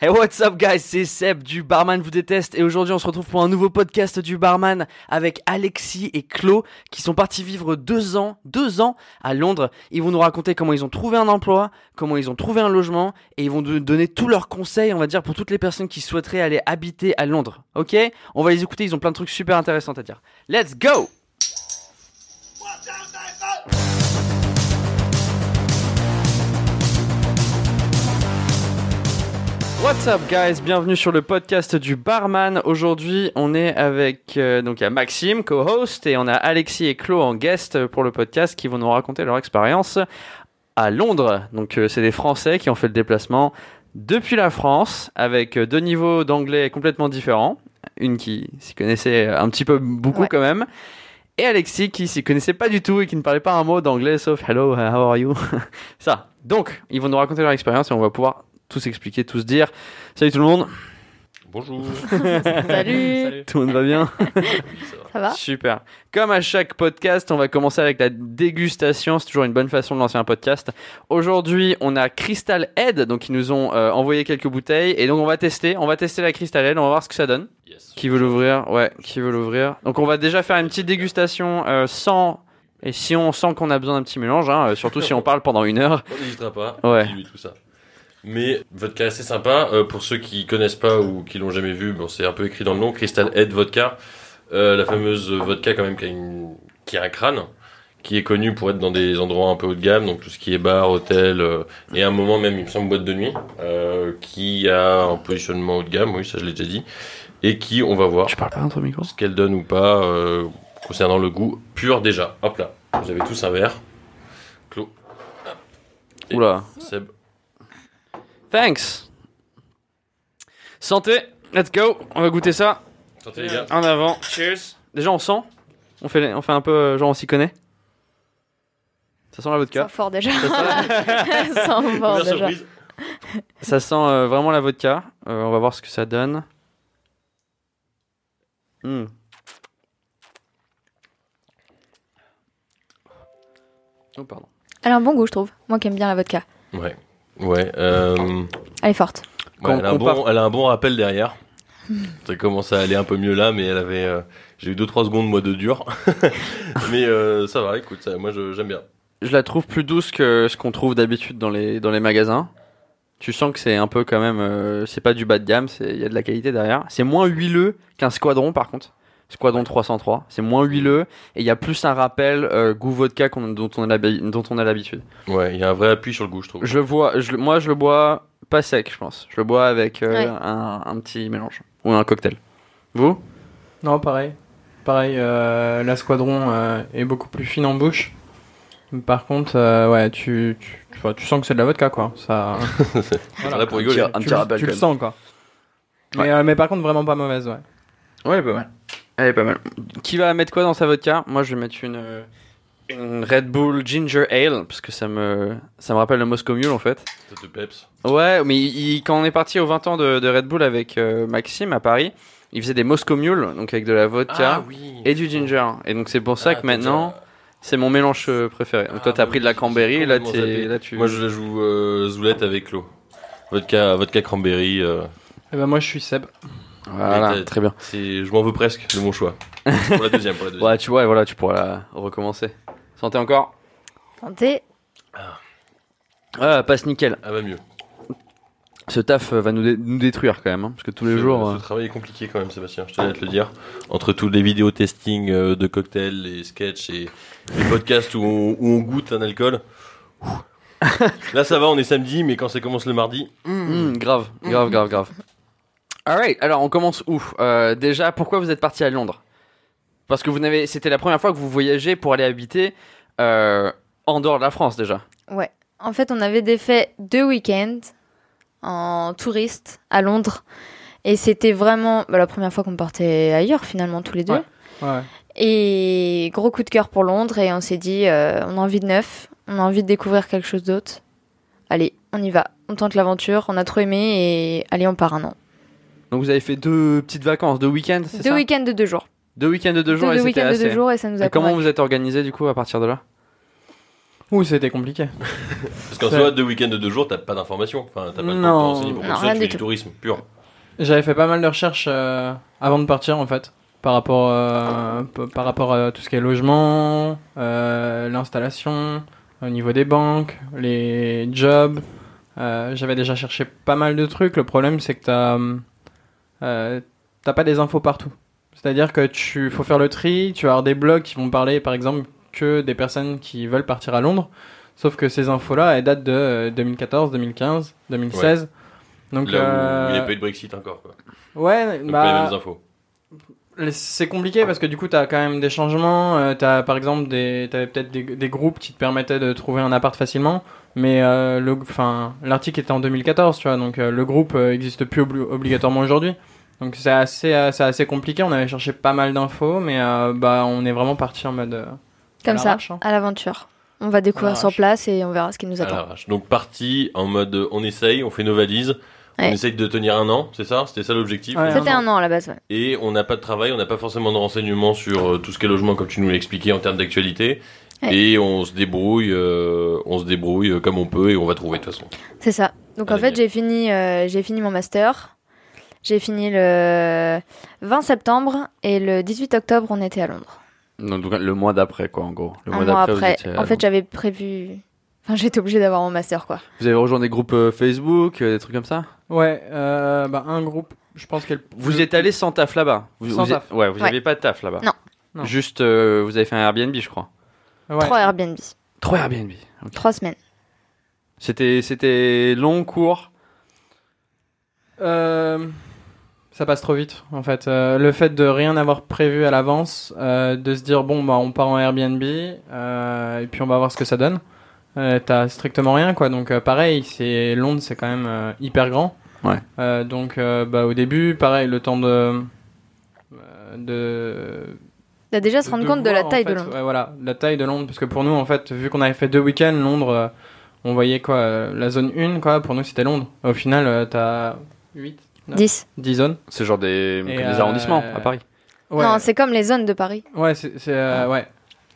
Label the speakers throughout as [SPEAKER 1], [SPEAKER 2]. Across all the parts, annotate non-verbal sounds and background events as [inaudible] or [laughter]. [SPEAKER 1] Hey what's up guys, c'est Seb du Barman vous déteste et aujourd'hui on se retrouve pour un nouveau podcast du Barman avec Alexis et Chlo qui sont partis vivre deux ans, deux ans à Londres. Ils vont nous raconter comment ils ont trouvé un emploi, comment ils ont trouvé un logement et ils vont nous donner tous leurs conseils on va dire pour toutes les personnes qui souhaiteraient aller habiter à Londres. Ok On va les écouter, ils ont plein de trucs super intéressants à dire. Let's go What's up guys, bienvenue sur le podcast du Barman. Aujourd'hui, on est avec euh, donc il y a Maxime co-host et on a Alexis et Chlo en guest pour le podcast qui vont nous raconter leur expérience à Londres. Donc euh, c'est des Français qui ont fait le déplacement depuis la France avec euh, deux niveaux d'anglais complètement différents, une qui s'y connaissait euh, un petit peu beaucoup
[SPEAKER 2] Ouais.
[SPEAKER 1] quand même et Alexis qui s'y connaissait pas du tout et qui ne parlait pas un mot d'anglais sauf hello, how are you. [laughs] Ça. Donc, ils vont nous raconter leur expérience et on va pouvoir tous expliquer, tous dire salut tout le monde. [laughs]
[SPEAKER 3] [laughs] Bonjour.
[SPEAKER 2] Salut.
[SPEAKER 3] [laughs]
[SPEAKER 1] Tout le monde va bien
[SPEAKER 2] Ça va
[SPEAKER 1] Super. Comme à chaque podcast, on va commencer avec la dégustation. C'est toujours une bonne façon de lancer un podcast. Aujourd'hui, on a Crystal Head, donc ils nous ont euh, envoyé quelques bouteilles. Et donc, on va tester. On va tester la Crystal Head, on va voir ce que ça donne.
[SPEAKER 3] Yes.
[SPEAKER 1] Qui veut l'ouvrir Ouais, qui veut l'ouvrir Donc, on va déjà faire une petite dégustation euh, sans... Et si on sent qu'on a besoin d'un petit mélange, hein, euh, surtout si on parle pendant une heure.
[SPEAKER 3] On n'hésitera pas.
[SPEAKER 1] Ouais.
[SPEAKER 3] Dis-lui tout ça. Mais vodka assez sympa. euh, pour ceux qui connaissent pas ou qui l'ont jamais vu, bon, c'est un peu écrit dans le nom. Crystal Head Vodka, Euh, la fameuse vodka quand même qui a, une- qui a un crâne, qui est connue pour être dans des endroits un peu haut de gamme, donc tout ce qui est bar, hôtel, euh, et à un moment même, il me semble boîte de nuit, euh, qui a un positionnement haut de gamme. Oui, ça je l'ai déjà dit, et qui on va voir
[SPEAKER 1] Tu parles pas dans ton micro
[SPEAKER 3] ce qu'elle donne ou pas euh, concernant le goût pur déjà. Hop là, vous avez tous un verre. Clos. Hop. Et
[SPEAKER 1] Oula.
[SPEAKER 3] Seb.
[SPEAKER 1] Thanks. Santé. Let's go. On va goûter ça.
[SPEAKER 3] Santé les gars.
[SPEAKER 1] En avant. Cheers. Déjà, on sent. On fait, on fait un peu euh, genre on s'y connaît. Ça sent la
[SPEAKER 2] Ça
[SPEAKER 1] vodka.
[SPEAKER 2] fort déjà.
[SPEAKER 1] Ça sent,
[SPEAKER 2] [laughs] Sans mort
[SPEAKER 3] Première
[SPEAKER 2] déjà.
[SPEAKER 3] surprise.
[SPEAKER 1] [laughs] ça sent, euh, vraiment la vodka. Euh, on va voir ce que ça donne. Hmm. Oh, pardon.
[SPEAKER 2] Elle a un bon goût, je trouve. Moi qui aime bien la vodka.
[SPEAKER 3] Ouais. Ouais. euh, ouais,
[SPEAKER 2] Elle est forte.
[SPEAKER 1] Quand
[SPEAKER 3] elle, a
[SPEAKER 1] on
[SPEAKER 3] un
[SPEAKER 1] compare-
[SPEAKER 3] bon, elle a un bon rappel derrière. Ça commence à aller un peu mieux là, mais elle avait. euh, J'ai eu 2-3 secondes moi de dur. [laughs] mais euh, ça va, écoute, ça, moi je- j'aime bien.
[SPEAKER 1] Je la trouve plus douce que ce qu'on trouve d'habitude dans les, dans les magasins. Tu sens que c'est un peu quand même. euh, c'est pas du bas de gamme, c'est- il y a de la qualité derrière. C'est moins huileux qu'un squadron par contre. Squadron 303. C'est moins huileux et il y a plus un rappel euh, goût vodka qu'on- dont on a l'habi- dont on a l'habitude.
[SPEAKER 3] Ouais, il y a un vrai appui sur le goût, je trouve.
[SPEAKER 1] Je le vois, je, le- moi je le bois pas sec, je pense. Je le bois avec euh,
[SPEAKER 2] Ouais.
[SPEAKER 1] un, un petit mélange ou un cocktail. Vous
[SPEAKER 4] Non, pareil. Pareil, euh, la squadron euh, est beaucoup plus fine en bouche. Par contre, euh, ouais, tu, tu, tu, enfin, tu sens que c'est de la vodka, quoi.
[SPEAKER 1] [laughs]
[SPEAKER 4] Ça,
[SPEAKER 3] Voilà, là pour
[SPEAKER 1] Un
[SPEAKER 3] rigoler.
[SPEAKER 1] petit- un
[SPEAKER 4] tu,
[SPEAKER 1] petit
[SPEAKER 4] le-
[SPEAKER 1] rappel, quand
[SPEAKER 4] tu le
[SPEAKER 1] même.
[SPEAKER 4] sens, quoi.
[SPEAKER 1] Ouais.
[SPEAKER 4] Mais, euh, mais par contre, vraiment pas mauvaise, ouais.
[SPEAKER 1] Ouais, pas mal. Elle est pas mal. Qui va mettre quoi dans sa vodka Moi, je vais mettre une, euh, une Red Bull Ginger Ale, parce que ça me, ça me rappelle le Moscow Mule, en fait.
[SPEAKER 3] Ça te peps.
[SPEAKER 1] Ouais, mais il- il- quand on est parti aux 20 ans de, de Red Bull avec euh, Maxime à Paris, il faisait des Moscow Mule, donc avec de la vodka
[SPEAKER 3] Ah oui.
[SPEAKER 1] Ah et du ginger. Et donc, c'est pour ça
[SPEAKER 3] Ah,
[SPEAKER 1] que
[SPEAKER 3] t'as
[SPEAKER 1] maintenant,
[SPEAKER 3] déjà-
[SPEAKER 1] c'est mon mélange euh, préféré. Donc,
[SPEAKER 3] Ah,
[SPEAKER 1] toi, t'as
[SPEAKER 3] bah
[SPEAKER 1] pris de
[SPEAKER 3] oui,
[SPEAKER 1] la
[SPEAKER 3] j'ai
[SPEAKER 1] cranberry, là,
[SPEAKER 3] complètement
[SPEAKER 1] t'es-
[SPEAKER 3] zappé.
[SPEAKER 1] là, tu...
[SPEAKER 3] Moi, je la joue euh, Zoulette avec l'eau. Vodka, vodka cranberry. euh,
[SPEAKER 4] Et ben moi, je suis Seb.
[SPEAKER 1] Voilà,
[SPEAKER 3] Et t'as-
[SPEAKER 1] très bien.
[SPEAKER 3] c'est, je m'en veux presque de mon choix. pour la deuxième, pour la deuxième.
[SPEAKER 1] Ouais, tu vois, voilà, tu pourras la recommencer. Santé encore
[SPEAKER 2] Santé.
[SPEAKER 1] Ah, passe nickel.
[SPEAKER 3] Ah bah mieux.
[SPEAKER 1] Ce taf euh, va nous, dé- nous détruire quand même, hein, parce que tous les
[SPEAKER 3] Ce-
[SPEAKER 1] jours.
[SPEAKER 3] Ce,
[SPEAKER 1] euh,
[SPEAKER 3] travail est compliqué quand même, Sébastien. Je tenais à te le dire. Entre tous les vidéos testing euh, de cocktails, les sketchs et les podcasts où on, où on goûte un alcool. Ouh. Là, ça va, on est samedi, mais quand ça commence le mardi,
[SPEAKER 1] hmm, grave, grave, grave, grave. Alright, alors on commence où Euh, Déjà, pourquoi vous êtes parti à Londres Parce que vous n'avez, c'était la première fois que vous voyagez pour aller habiter euh, en dehors de la France déjà.
[SPEAKER 2] Ouais. En fait, on avait défait deux week-ends en touriste à Londres. Et c'était vraiment bah, la première fois qu'on partait ailleurs, finalement, tous les deux.
[SPEAKER 4] Ouais. Ouais.
[SPEAKER 2] Et gros coup de cœur pour Londres. Et on s'est dit, euh, on a envie de neuf. On a envie de découvrir quelque chose d'autre. Allez, on y va. On tente l'aventure. On a trop aimé. Et allez, on part un an.
[SPEAKER 1] Donc vous avez fait deux petites vacances, deux week-ends, c'est
[SPEAKER 2] Deux
[SPEAKER 1] ça
[SPEAKER 2] week-ends de deux jours.
[SPEAKER 1] Deux week-ends de deux jours et
[SPEAKER 2] deux
[SPEAKER 1] c'était
[SPEAKER 2] week-ends de
[SPEAKER 1] assez.
[SPEAKER 2] deux jours. Et ça nous a
[SPEAKER 1] Et comment
[SPEAKER 2] convaincus.
[SPEAKER 1] vous êtes organisé du coup à partir de là
[SPEAKER 4] Ouh, c'était compliqué.
[SPEAKER 3] Parce qu'en
[SPEAKER 4] Ça-
[SPEAKER 3] soi, deux week-ends de deux jours, t'as pas d'informations. Enfin, t'as pas le temps de
[SPEAKER 1] Non.
[SPEAKER 3] te renseigner pour
[SPEAKER 2] Non,
[SPEAKER 3] quoi que ce
[SPEAKER 2] rien
[SPEAKER 3] soit,
[SPEAKER 2] du
[SPEAKER 3] tu fais du
[SPEAKER 2] tout.
[SPEAKER 3] tourisme pur.
[SPEAKER 4] J'avais fait pas mal de recherches euh, avant de partir en fait, par rapport, euh, p- par rapport à tout ce qui est logement, euh, l'installation, au niveau des banques, les jobs. Euh, J'avais déjà cherché pas mal de trucs. Le problème c'est que t'as hum, euh, t'as pas des infos partout. C'est-à-dire que tu faut faire le tri. Tu vas avoir des blogs qui vont parler par exemple que des personnes qui veulent partir à Londres. Sauf que ces infos-là, elles datent de euh, 2014, 2015, 2016. Donc,
[SPEAKER 3] là où
[SPEAKER 4] euh,
[SPEAKER 3] il n'y a pas eu de Brexit encore. Quoi.
[SPEAKER 4] Ouais,
[SPEAKER 3] Donc, pas les
[SPEAKER 4] bah,
[SPEAKER 3] mêmes infos.
[SPEAKER 4] c'est compliqué parce que du coup, t'as quand même des changements. euh, t'as par exemple des, t'avais peut-être des, des groupes qui te permettaient de trouver un appart facilement, mais euh, le, enfin, l'article était en 2014, tu vois, donc euh, le groupe euh, existe plus obli- obligatoirement aujourd'hui. Donc c'est assez, euh, c'est assez compliqué. On avait cherché pas mal d'infos, mais euh, bah, on est vraiment parti en mode. euh,
[SPEAKER 2] Comme
[SPEAKER 4] à
[SPEAKER 2] ça,
[SPEAKER 4] l'arrache, hein.
[SPEAKER 2] à l'aventure. On va découvrir sur
[SPEAKER 4] l'arrache.
[SPEAKER 2] place et on verra ce qui nous
[SPEAKER 3] À
[SPEAKER 2] attend.
[SPEAKER 3] l'arrache. Donc parti en mode euh, on essaye, on fait nos valises, on
[SPEAKER 2] Ouais.
[SPEAKER 3] essaye de tenir un an, c'est ça C'était ça l'objectif
[SPEAKER 4] Ouais.
[SPEAKER 2] C'était un
[SPEAKER 4] un
[SPEAKER 2] an à la base, ouais.
[SPEAKER 3] Et on n'a pas de travail, on n'a pas forcément de renseignements sur euh, tout ce qui est logement comme tu nous l'expliquais en termes d'actualité.
[SPEAKER 2] Ouais.
[SPEAKER 3] Et on se débrouille, euh, on se débrouille euh, comme on peut et on va trouver de toute façon.
[SPEAKER 2] C'est ça. Donc en
[SPEAKER 3] Génial.
[SPEAKER 2] fait, j'ai fini, euh, j'ai fini mon master. J'ai fini le 20 septembre et le 18 octobre, on était à Londres.
[SPEAKER 1] Donc, donc, le mois d'après, quoi, en gros. Le
[SPEAKER 2] un mois
[SPEAKER 1] vous
[SPEAKER 2] après.
[SPEAKER 1] étiez à
[SPEAKER 2] En fait,
[SPEAKER 1] Londres.
[SPEAKER 2] j'avais prévu. Enfin, j'étais obligée d'avoir mon master, quoi.
[SPEAKER 1] vous avez rejoint des groupes euh, Facebook, euh, des trucs comme ça
[SPEAKER 4] Ouais, euh, bah, un groupe, je pense qu'elle.
[SPEAKER 1] Vous êtes allé sans taf là-bas vous,
[SPEAKER 4] Sans
[SPEAKER 1] vous êtes-
[SPEAKER 4] taf.
[SPEAKER 1] Ouais, vous
[SPEAKER 2] Ouais.
[SPEAKER 1] n'aviez pas de taf là-bas.
[SPEAKER 2] Non.
[SPEAKER 4] Non.
[SPEAKER 1] Juste, euh, vous avez fait un Airbnb, je crois.
[SPEAKER 4] Ouais.
[SPEAKER 2] Trois Airbnb,
[SPEAKER 1] Trois Airbnb. ok.
[SPEAKER 2] trois semaines.
[SPEAKER 1] C'était, c'était long, court.
[SPEAKER 4] Euh, ça passe trop vite, en fait. Euh, le fait de rien avoir prévu à l'avance, euh, de se dire bon bah on part en Airbnb euh, et puis on va voir ce que ça donne. Euh, T'as strictement rien quoi, donc euh, pareil, c'est Londres, c'est quand même euh, hyper grand.
[SPEAKER 1] Ouais.
[SPEAKER 4] Euh, donc euh, bah au début, pareil, le temps de euh, de
[SPEAKER 2] T'as déjà se rendre compte de la
[SPEAKER 4] voir, en
[SPEAKER 2] taille de
[SPEAKER 4] fait,
[SPEAKER 2] Londres.
[SPEAKER 4] ouais, voilà, la taille de Londres, parce que pour nous, en fait, vu qu'on avait fait deux week-ends, Londres, euh, on voyait quoi, euh, la zone 1, quoi, pour nous c'était Londres. Au final, euh, t'as 8,
[SPEAKER 2] 10.
[SPEAKER 4] 10 zones.
[SPEAKER 1] C'est genre des,
[SPEAKER 4] Et
[SPEAKER 1] comme des
[SPEAKER 4] euh,
[SPEAKER 1] arrondissements à Paris.
[SPEAKER 4] Ouais,
[SPEAKER 2] Non, c'est Ah. comme les zones de Paris.
[SPEAKER 4] ouais, c'est, c'est, euh, ouais.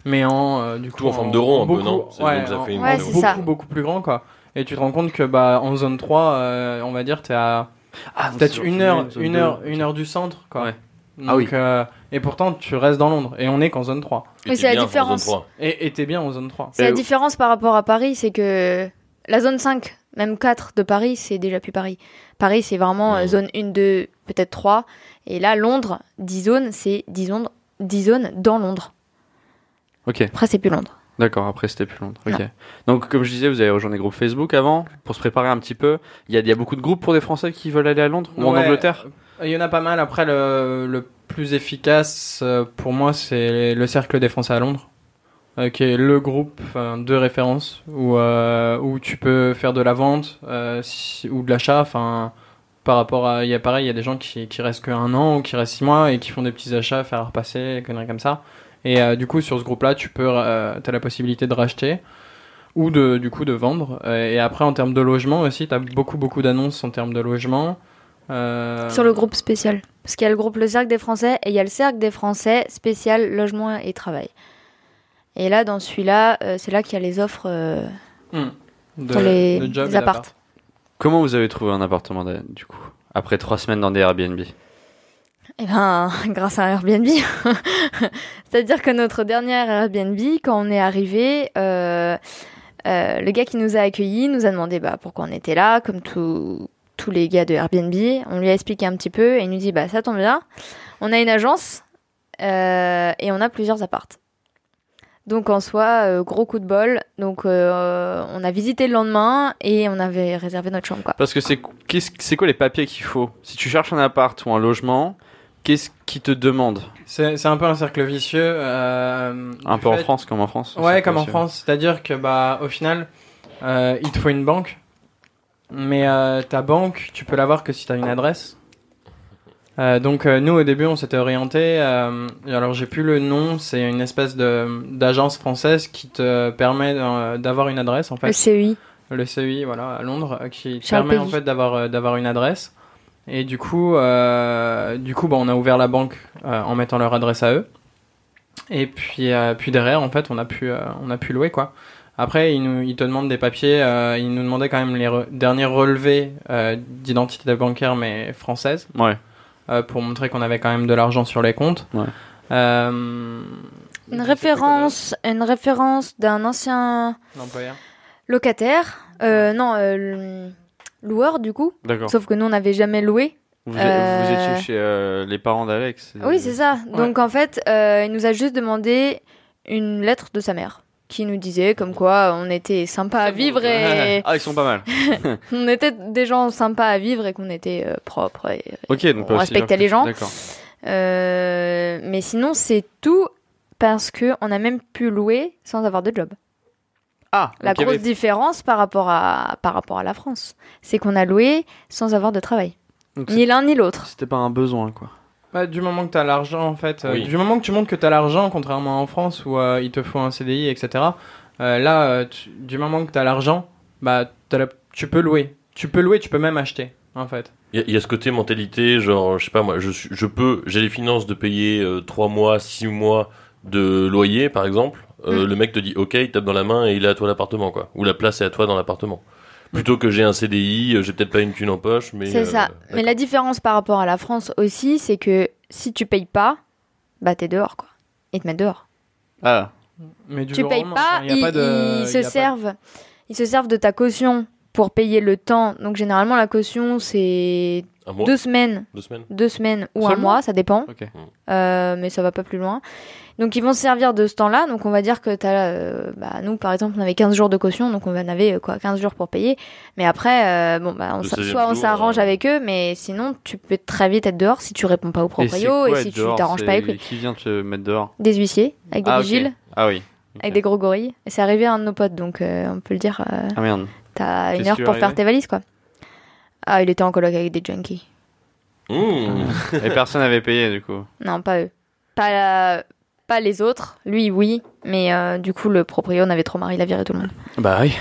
[SPEAKER 4] Mais en, euh, du coup,
[SPEAKER 3] Tout en forme de rond un peu,
[SPEAKER 4] beaucoup-
[SPEAKER 3] non C'est-
[SPEAKER 4] ouais,
[SPEAKER 3] donc ça
[SPEAKER 4] en-
[SPEAKER 3] fait une
[SPEAKER 2] Ouais,
[SPEAKER 3] grande
[SPEAKER 2] c'est
[SPEAKER 4] beaucoup,
[SPEAKER 2] ça.
[SPEAKER 3] roue.
[SPEAKER 4] beaucoup plus grand, quoi. Et tu te rends compte que, bah, en zone 3, euh, on va dire, t'es à
[SPEAKER 1] Ah,
[SPEAKER 4] peut-être une heure, une heure, une heure du centre, quoi.
[SPEAKER 1] Ouais.
[SPEAKER 4] Donc,
[SPEAKER 1] Ah oui.
[SPEAKER 4] euh, et pourtant, tu restes dans Londres, et on est qu'en zone 3.
[SPEAKER 3] Et
[SPEAKER 2] Mais
[SPEAKER 3] t'es
[SPEAKER 2] c'est la
[SPEAKER 3] bien en zone
[SPEAKER 2] différence.
[SPEAKER 3] 3.
[SPEAKER 4] Et, et t'es bien en zone 3.
[SPEAKER 2] C'est
[SPEAKER 1] Et
[SPEAKER 2] la
[SPEAKER 1] où-
[SPEAKER 2] différence par rapport à Paris, c'est que la zone 5, même 4 de Paris, c'est déjà plus Paris. Paris, c'est vraiment euh,
[SPEAKER 3] Mhm.
[SPEAKER 2] zone 1, 2, peut-être 3. Et là, Londres, 10 zones, c'est 10 zones, 10 zones dans Londres.
[SPEAKER 1] Ok,
[SPEAKER 2] Après, c'est plus Londres.
[SPEAKER 1] d'accord. Après, c'était plus long. Ok. Donc, comme je disais, vous avez rejoint des groupes Facebook avant pour se préparer un petit peu. Il y a, il y a beaucoup de groupes pour des Français qui veulent aller à Londres ou en
[SPEAKER 4] Ouais,
[SPEAKER 1] Angleterre.
[SPEAKER 4] euh, Il y en a pas mal. Après, le, le plus efficace euh, pour moi, c'est le Cercle des Français à Londres, euh, qui est le groupe enfin, de référence où, euh, où tu peux faire de la vente euh, si- ou de l'achat. Enfin, par rapport à. Il y a pareil, il y a des gens qui, qui restent que un an ou qui restent six mois et qui font des petits achats, faire repasser, des conneries comme ça. Et euh, du coup, sur ce groupe-là, tu peux, as la possibilité de racheter ou de, du coup de vendre. Euh, et après, en termes de logement aussi, tu as beaucoup, beaucoup d'annonces en termes de logement. Euh,
[SPEAKER 2] Sur le groupe spécial. Parce qu'il y a le groupe Le Cercle des Français et il y a le Cercle des Français spécial logement et travail. Et là, dans celui-là, euh, c'est là qu'il y a les offres euh,
[SPEAKER 4] de,
[SPEAKER 2] pour les,
[SPEAKER 4] de job
[SPEAKER 2] les
[SPEAKER 4] et d'appart.
[SPEAKER 2] appartes.
[SPEAKER 1] Comment vous avez trouvé un appartement d'a- du coup après trois semaines dans des Airbnb
[SPEAKER 2] Eh ben, [laughs] grâce à un Airbnb. C'est-à-dire que notre dernière Airbnb, quand on est arrivé, euh, euh, le gars qui nous a accueillis nous a demandé bah, pourquoi on était là, comme tous tous les gars de Airbnb. On lui a expliqué un petit peu et il nous dit bah ça tombe bien, on a une agence euh, et on a plusieurs appartes. Donc en soi, euh, gros coup de bol. Donc euh, on a visité le lendemain et on avait réservé notre chambre quoi.
[SPEAKER 1] Parce que c'est qu'est-ce- c'est quoi les papiers qu'il faut Si tu cherches un appart ou un logement, qu'est-ce qui te demande
[SPEAKER 4] C'est c'est un peu un cercle vicieux. euh,
[SPEAKER 1] Un
[SPEAKER 4] du
[SPEAKER 1] peu en
[SPEAKER 4] fait-
[SPEAKER 1] France comme en France
[SPEAKER 4] Ouais,
[SPEAKER 1] c'est
[SPEAKER 4] comme en
[SPEAKER 1] possible.
[SPEAKER 4] France. C'est-à-dire que bah au final, euh, il te faut une banque. Mais euh, ta banque, tu peux l'avoir que si tu as une adresse. Euh, donc euh, nous au début on s'était orienté. euh, et alors j'ai plus le nom. C'est une espèce de d'agence française qui te permet euh, d'avoir une adresse en fait.
[SPEAKER 2] Le CEI.
[SPEAKER 4] le CEI voilà, à Londres, euh, qui te
[SPEAKER 2] Charles
[SPEAKER 4] permet en
[SPEAKER 2] Péguy.
[SPEAKER 4] fait d'avoir euh, d'avoir une adresse. Et du coup, euh, du coup, bah, on a ouvert la banque euh, en mettant leur adresse à eux. Et puis, euh, puis derrière, en fait, on a pu, euh, on a pu louer quoi. Après, ils, nous, ils te demandent des papiers. euh, ils nous demandaient quand même les re- derniers relevés euh, d'identité bancaire, mais française.
[SPEAKER 1] Ouais.
[SPEAKER 4] euh, pour montrer qu'on avait quand même de l'argent sur les comptes.
[SPEAKER 1] Ouais.
[SPEAKER 4] Euh,
[SPEAKER 2] Une référence, une référence d'un ancien
[SPEAKER 4] L'employeur.
[SPEAKER 2] locataire, euh, non, euh, loueur du coup,
[SPEAKER 1] D'accord.
[SPEAKER 2] sauf que nous on n'avait jamais loué.
[SPEAKER 1] Vous,
[SPEAKER 2] Euh,
[SPEAKER 1] vous étiez chez euh, les parents d'Alex.
[SPEAKER 2] Oui, c'est ça.
[SPEAKER 4] Ouais.
[SPEAKER 2] Donc en fait, euh, il nous a juste demandé une lettre de sa mère qui nous disait comme quoi on était sympa à vivre et
[SPEAKER 1] Ah, ils sont pas mal.
[SPEAKER 2] on était des gens sympas à vivre et qu'on était euh, propres. et-
[SPEAKER 1] Ok, donc
[SPEAKER 2] On
[SPEAKER 1] pas aussi bien
[SPEAKER 2] respectait
[SPEAKER 1] que-
[SPEAKER 2] les gens.
[SPEAKER 1] D'accord.
[SPEAKER 2] Euh, mais sinon, c'est tout parce que on a même pu louer sans avoir de job.
[SPEAKER 1] Ah,
[SPEAKER 2] La
[SPEAKER 1] donc il y
[SPEAKER 2] grosse
[SPEAKER 1] avait-
[SPEAKER 2] différence par rapport à par rapport à la France, c'est qu'on a loué sans avoir de travail,
[SPEAKER 1] donc
[SPEAKER 2] ni l'un ni l'autre.
[SPEAKER 1] C'était pas un besoin, quoi.
[SPEAKER 4] Bah, du moment que tu as l'argent, en fait, euh,
[SPEAKER 3] Oui.
[SPEAKER 4] du moment que tu montres que tu as l'argent, contrairement en France où euh, il te faut un CDI, etc., euh, là, euh, tu- du moment que tu as l'argent, bah, t'as la- tu peux louer. Tu peux louer, tu peux même acheter, en fait.
[SPEAKER 3] Il y, a- il y a ce côté mentalité, genre, je sais pas moi, je, suis- je peux, j'ai les finances de payer 3 mois, 6 mois de loyer, par exemple.
[SPEAKER 2] Mm.
[SPEAKER 3] Euh, Le mec te dit, ok, il tape dans la main et il est à toi l'appartement, quoi. Ou la place est à toi dans l'appartement. Plutôt que j'ai un CDI, euh, j'ai peut-être pas une thune en poche, mais.
[SPEAKER 2] C'est
[SPEAKER 3] euh,
[SPEAKER 2] ça. Mais la
[SPEAKER 3] d'accord.
[SPEAKER 2] différence par rapport à la France aussi, c'est que si tu payes pas, bah t'es dehors quoi. Ils te mettent dehors.
[SPEAKER 1] Ah,
[SPEAKER 4] Mais du
[SPEAKER 2] tu
[SPEAKER 4] jour au
[SPEAKER 2] payes
[SPEAKER 4] lendemain,
[SPEAKER 2] pas,
[SPEAKER 4] enfin, hein, y a
[SPEAKER 2] ils,
[SPEAKER 4] de-
[SPEAKER 2] ils
[SPEAKER 4] y
[SPEAKER 2] se
[SPEAKER 4] a pas de-
[SPEAKER 2] servent, ils se servent de ta caution pour payer le temps. Donc généralement la caution c'est
[SPEAKER 3] Un mois, deux...
[SPEAKER 2] deux semaines,
[SPEAKER 3] semaines.
[SPEAKER 2] deux semaines ou un
[SPEAKER 1] Seulement
[SPEAKER 2] mois, ça dépend.
[SPEAKER 1] ok.
[SPEAKER 2] Euh, mais ça va pas plus loin. Donc ils vont se servir de ce temps-là. Donc on va dire que t'as, euh, bah, nous par exemple on avait 15 jours de caution, donc on en avait euh, quoi 15 jours pour payer. Mais après, euh, bon bah on
[SPEAKER 3] Le
[SPEAKER 2] s'a-
[SPEAKER 3] 16e
[SPEAKER 2] soit on
[SPEAKER 3] jour,
[SPEAKER 2] s'arrange
[SPEAKER 3] euh,
[SPEAKER 2] avec eux, mais sinon tu peux très vite être dehors si tu réponds pas au
[SPEAKER 1] c'est
[SPEAKER 2] proprio et,
[SPEAKER 1] quoi
[SPEAKER 2] si
[SPEAKER 1] être dehors,
[SPEAKER 2] tu t'arranges pas avec
[SPEAKER 1] c'est-
[SPEAKER 2] lui.
[SPEAKER 1] Qui vient te mettre dehors
[SPEAKER 2] Des huissiers avec des
[SPEAKER 1] Ah, ok.
[SPEAKER 2] vigiles,
[SPEAKER 1] Ah oui. Ok.
[SPEAKER 2] avec des gros gorilles. Et c'est arrivé à un de nos potes, donc euh, on peut le dire. euh,
[SPEAKER 1] Ah merde.
[SPEAKER 2] [laughs] T'as une
[SPEAKER 1] Qu'est-ce
[SPEAKER 2] heure
[SPEAKER 1] qui lui
[SPEAKER 2] pour
[SPEAKER 1] est
[SPEAKER 2] faire
[SPEAKER 1] arrivé
[SPEAKER 2] tes valises, quoi. Ah, il était en coloc avec des junkies.
[SPEAKER 3] Mmh.
[SPEAKER 1] Et personne n'avait payé, du coup.
[SPEAKER 2] Non, pas eux. Pas, la- pas les autres. Lui, oui. Mais euh, du coup, le proprio en avait trop marre, il a viré tout le monde.
[SPEAKER 1] Bah oui.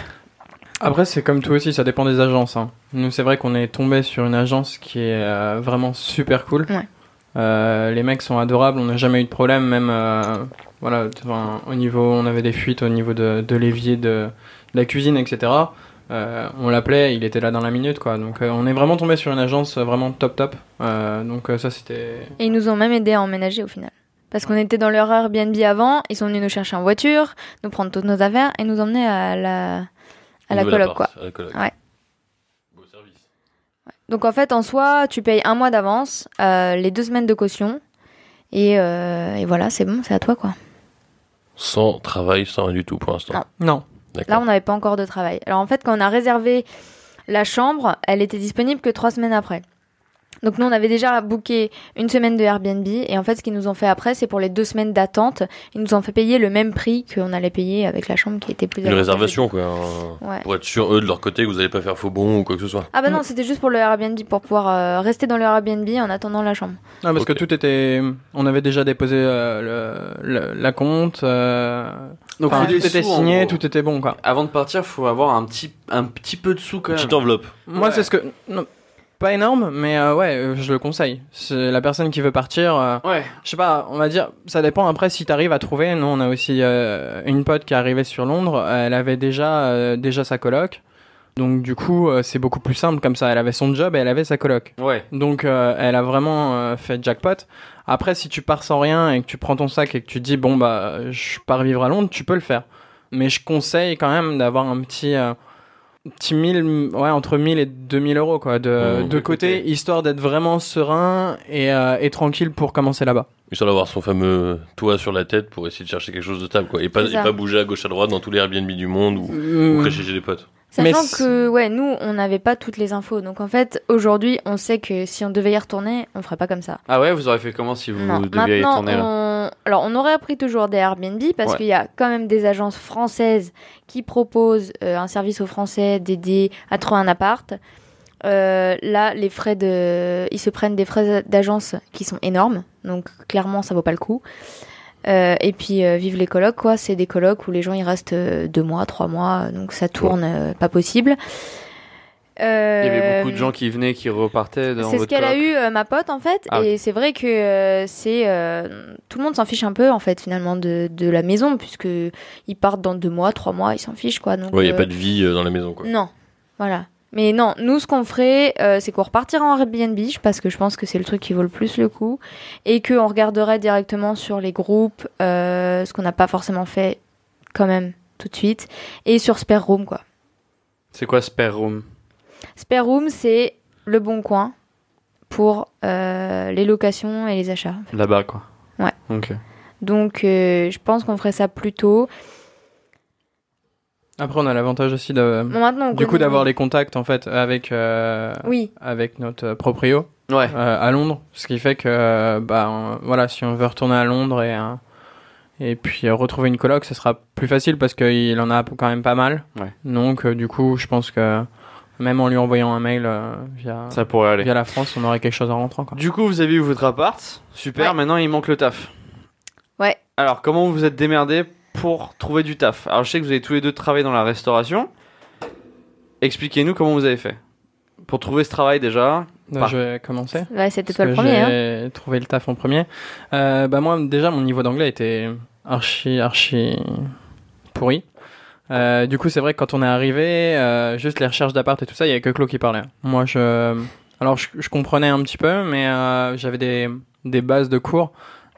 [SPEAKER 4] Après, c'est comme tout aussi, ça dépend des agences. hein. Nous, c'est vrai qu'on est tombé sur une agence qui est euh, vraiment super cool.
[SPEAKER 2] Ouais.
[SPEAKER 4] Euh, les mecs sont adorables, on n'a jamais eu de problème, même euh, voilà, enfin, au niveau, on avait des fuites au niveau de, de l'évier, de, de la cuisine, etc. Euh, on l'appelait, il était là dans la minute, quoi. Donc, euh, on est vraiment tombé sur une agence euh, vraiment top top. Euh, donc, euh, ça, c'était.
[SPEAKER 2] Et ils nous ont même aidé à emménager au final. Parce qu'on était dans leur Airbnb avant, ils sont venus nous chercher en voiture, nous prendre toutes nos affaires et nous emmener à la, à la
[SPEAKER 3] Nouvel
[SPEAKER 2] coloc, quoi.
[SPEAKER 3] appart, À la coloc.
[SPEAKER 2] Ouais.
[SPEAKER 3] Beau service.
[SPEAKER 2] Donc en fait, en soi, tu payes un mois d'avance, euh, les deux semaines de caution. Et, euh, et voilà, c'est bon, c'est à toi, quoi.
[SPEAKER 3] Sans travail, sans rien du tout pour l'instant.
[SPEAKER 2] Non.
[SPEAKER 4] Non.
[SPEAKER 2] Ah, Là,
[SPEAKER 3] D'accord.
[SPEAKER 2] on n'avait pas encore de travail. Alors, en fait, quand on a réservé la chambre, elle était disponible que trois semaines après. Donc, nous, on avait déjà booké une semaine de Airbnb. Et en fait, ce qu'ils nous ont fait après, c'est pour les deux semaines d'attente, ils nous ont fait payer le même prix qu'on allait payer avec la chambre qui était plus
[SPEAKER 3] Une
[SPEAKER 2] avantageuse.
[SPEAKER 3] réservation, quoi. hein.
[SPEAKER 2] Ouais.
[SPEAKER 3] Pour être sûr, eux, de leur côté, que vous allez pas faire faux bon ou quoi que ce soit.
[SPEAKER 2] Ah, bah non, c'était juste pour le Airbnb, pour pouvoir euh, rester dans le Airbnb en attendant la chambre.
[SPEAKER 4] Non, parce
[SPEAKER 3] Ok.
[SPEAKER 4] que tout était. On avait déjà déposé euh, le- le- la compte, euh,
[SPEAKER 1] Donc,
[SPEAKER 4] enfin,
[SPEAKER 1] faut
[SPEAKER 4] tout
[SPEAKER 1] Ah, des
[SPEAKER 4] était
[SPEAKER 1] sous, en
[SPEAKER 4] signé,
[SPEAKER 1] gros.
[SPEAKER 4] tout était bon, quoi.
[SPEAKER 1] Avant de partir, faut avoir un petit, un petit peu de sous quand même.
[SPEAKER 3] Petite enveloppe.
[SPEAKER 4] Moi,
[SPEAKER 1] Ouais.
[SPEAKER 4] c'est ce que. non, pas énorme, mais euh, ouais, euh, je le conseille. C'est la personne qui veut partir. euh,
[SPEAKER 1] Ouais.
[SPEAKER 4] je sais pas, on va dire. Ça dépend après si t'arrives à trouver. Nous, on a aussi euh, une pote qui est arrivée sur Londres. Elle avait déjà, euh, déjà sa coloc. Donc, du coup, euh, c'est beaucoup plus simple comme ça. Elle avait son job et elle avait sa coloc.
[SPEAKER 1] Ouais.
[SPEAKER 4] Donc, euh, elle a vraiment euh, fait jackpot. Après, si tu pars sans rien et que tu prends ton sac et que tu te dis, bon, bah, je pars vivre à Londres, tu peux le faire. Mais je conseille quand même d'avoir un petit. euh, petit 1000, ouais, entre 1000 et 2000 euros, quoi, de,
[SPEAKER 3] Mmh.
[SPEAKER 4] de
[SPEAKER 1] De côté.
[SPEAKER 4] côté, histoire d'être vraiment serein et, euh, et tranquille pour commencer là-bas.
[SPEAKER 3] Histoire d'avoir son fameux toit sur la tête pour essayer de chercher quelque chose de stable, quoi. Et pas,
[SPEAKER 2] C'est
[SPEAKER 3] et
[SPEAKER 2] ça.
[SPEAKER 3] pas bouger à gauche à droite dans tous les Airbnb du monde ou, ou
[SPEAKER 4] Mmh.
[SPEAKER 3] crêcher chez des potes.
[SPEAKER 4] Mais
[SPEAKER 2] Sachant
[SPEAKER 4] c'est-
[SPEAKER 2] que, ouais, nous, on n'avait pas toutes les infos. Donc, en fait, aujourd'hui, on sait que si on devait y retourner, on ferait pas comme ça.
[SPEAKER 1] Ah ouais, vous auriez fait comment si vous
[SPEAKER 2] Non,
[SPEAKER 1] deviez y
[SPEAKER 2] maintenant,
[SPEAKER 1] tourner là
[SPEAKER 2] on... Alors, on aurait appris toujours des Airbnb parce
[SPEAKER 1] Ouais.
[SPEAKER 2] qu'il y a quand même des agences françaises qui proposent euh, un service aux Français d'aider à trouver un appart. Euh, là, les frais de, ils se prennent des frais d'agence qui sont énormes, donc clairement, ça vaut pas le coup. Euh, et puis, euh, vive les colocs, quoi. C'est des colocs où les gens ils restent euh, deux mois, trois mois, donc ça tourne euh, pas possible. Euh,
[SPEAKER 1] Il y avait beaucoup de gens qui venaient, qui repartaient dans
[SPEAKER 2] C'est ce
[SPEAKER 1] votre
[SPEAKER 2] qu'elle a
[SPEAKER 1] coloc.
[SPEAKER 2] eu, euh, ma pote, en fait.
[SPEAKER 1] Ah,
[SPEAKER 2] et c'est vrai que euh, c'est euh, tout le monde s'en fiche un peu, en fait, finalement, de, de la maison, puisque ils partent dans deux mois, trois mois, ils s'en fichent, quoi. Donc,
[SPEAKER 3] Ouais, il n'y a
[SPEAKER 2] euh,
[SPEAKER 3] pas de vie euh, dans la maison, quoi.
[SPEAKER 2] Non, voilà. Mais non, nous, ce qu'on ferait, euh, c'est qu'on repartirait en Airbnb, parce que je pense que c'est le truc qui vaut le plus le coup, et qu'on regarderait directement sur les groupes, euh, ce qu'on n'a pas forcément fait quand même tout de suite, et sur Spare Room, quoi.
[SPEAKER 1] C'est quoi Spare Room
[SPEAKER 2] Spare Room, c'est le bon coin pour euh, les locations et les achats.
[SPEAKER 1] Là-bas, quoi.
[SPEAKER 2] Ouais.
[SPEAKER 1] Ok.
[SPEAKER 2] Donc, euh, je pense qu'on ferait ça plus tôt.
[SPEAKER 4] Après, on a l'avantage aussi de,
[SPEAKER 2] Bon, maintenant, on
[SPEAKER 4] du coup
[SPEAKER 2] connaît-
[SPEAKER 4] d'avoir les contacts en fait avec euh,
[SPEAKER 2] Oui,
[SPEAKER 4] avec notre proprio.
[SPEAKER 1] Ouais.
[SPEAKER 4] euh, à Londres, ce qui fait que euh, bah euh, voilà, si on veut retourner à Londres et euh, et puis euh, retrouver une coloc, ce sera plus facile parce qu'il en a quand même pas mal.
[SPEAKER 1] Ouais.
[SPEAKER 4] Donc euh, du coup, je pense que même en lui envoyant un mail euh, via
[SPEAKER 1] Ça pourrait aller.
[SPEAKER 4] via la France, on aurait quelque chose en rentrant quoi.
[SPEAKER 1] Du coup, vous avez eu votre appart. Super.
[SPEAKER 2] Ouais.
[SPEAKER 1] Maintenant, il manque le taf.
[SPEAKER 2] Ouais.
[SPEAKER 1] Alors, comment vous vous êtes démerdé pour trouver du taf Alors, je sais que vous avez tous les deux travaillé dans la restauration. Expliquez-nous comment vous avez fait pour trouver ce travail déjà.
[SPEAKER 4] Donc,
[SPEAKER 1] Par-
[SPEAKER 4] je vais commencer.
[SPEAKER 2] ouais, c'était toi le
[SPEAKER 4] Parce que
[SPEAKER 2] premier. Hein.
[SPEAKER 4] J'ai trouvé le taf en premier. Euh, bah moi, déjà, mon niveau d'anglais était archi, archi pourri. Euh, du coup, c'est vrai que quand on est arrivé, euh, juste les recherches d'appart et tout ça, il y avait que Clo qui parlait. Moi, je, alors je, je comprenais un petit peu, mais euh, j'avais des, des bases de cours.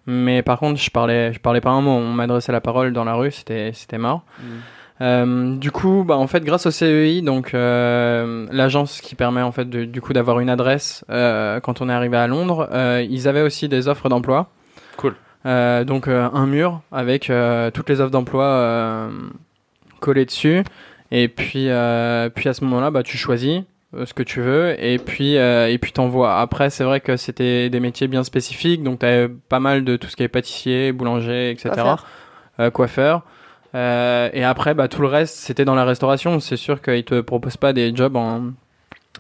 [SPEAKER 4] Mais par contre, je parlais, je parlais pas un mot. On m'adressait la parole dans la rue, c'était, c'était mort.
[SPEAKER 1] Mm.
[SPEAKER 4] Euh, du coup, bah, en fait, grâce au CEI, donc euh, l'agence qui permet en fait de- du coup d'avoir une adresse euh, quand on est arrivé à Londres, euh, ils avaient aussi des offres d'emploi.
[SPEAKER 1] Cool.
[SPEAKER 4] Euh, donc euh, un mur avec euh, toutes les offres d'emploi euh, collées dessus. Et puis, euh, puis à ce moment-là, bah, tu choisis euh, ce que tu veux et puis euh, et puis t'envoies. Après, c'est vrai que c'était des métiers bien spécifiques, donc t'avais pas mal de tout ce qui est pâtissier, boulanger, etc
[SPEAKER 2] Coiffeur.
[SPEAKER 4] euh, coiffeur. Euh, et après, bah, tout le reste, c'était dans la restauration. C'est sûr qu'ils te proposent pas des jobs en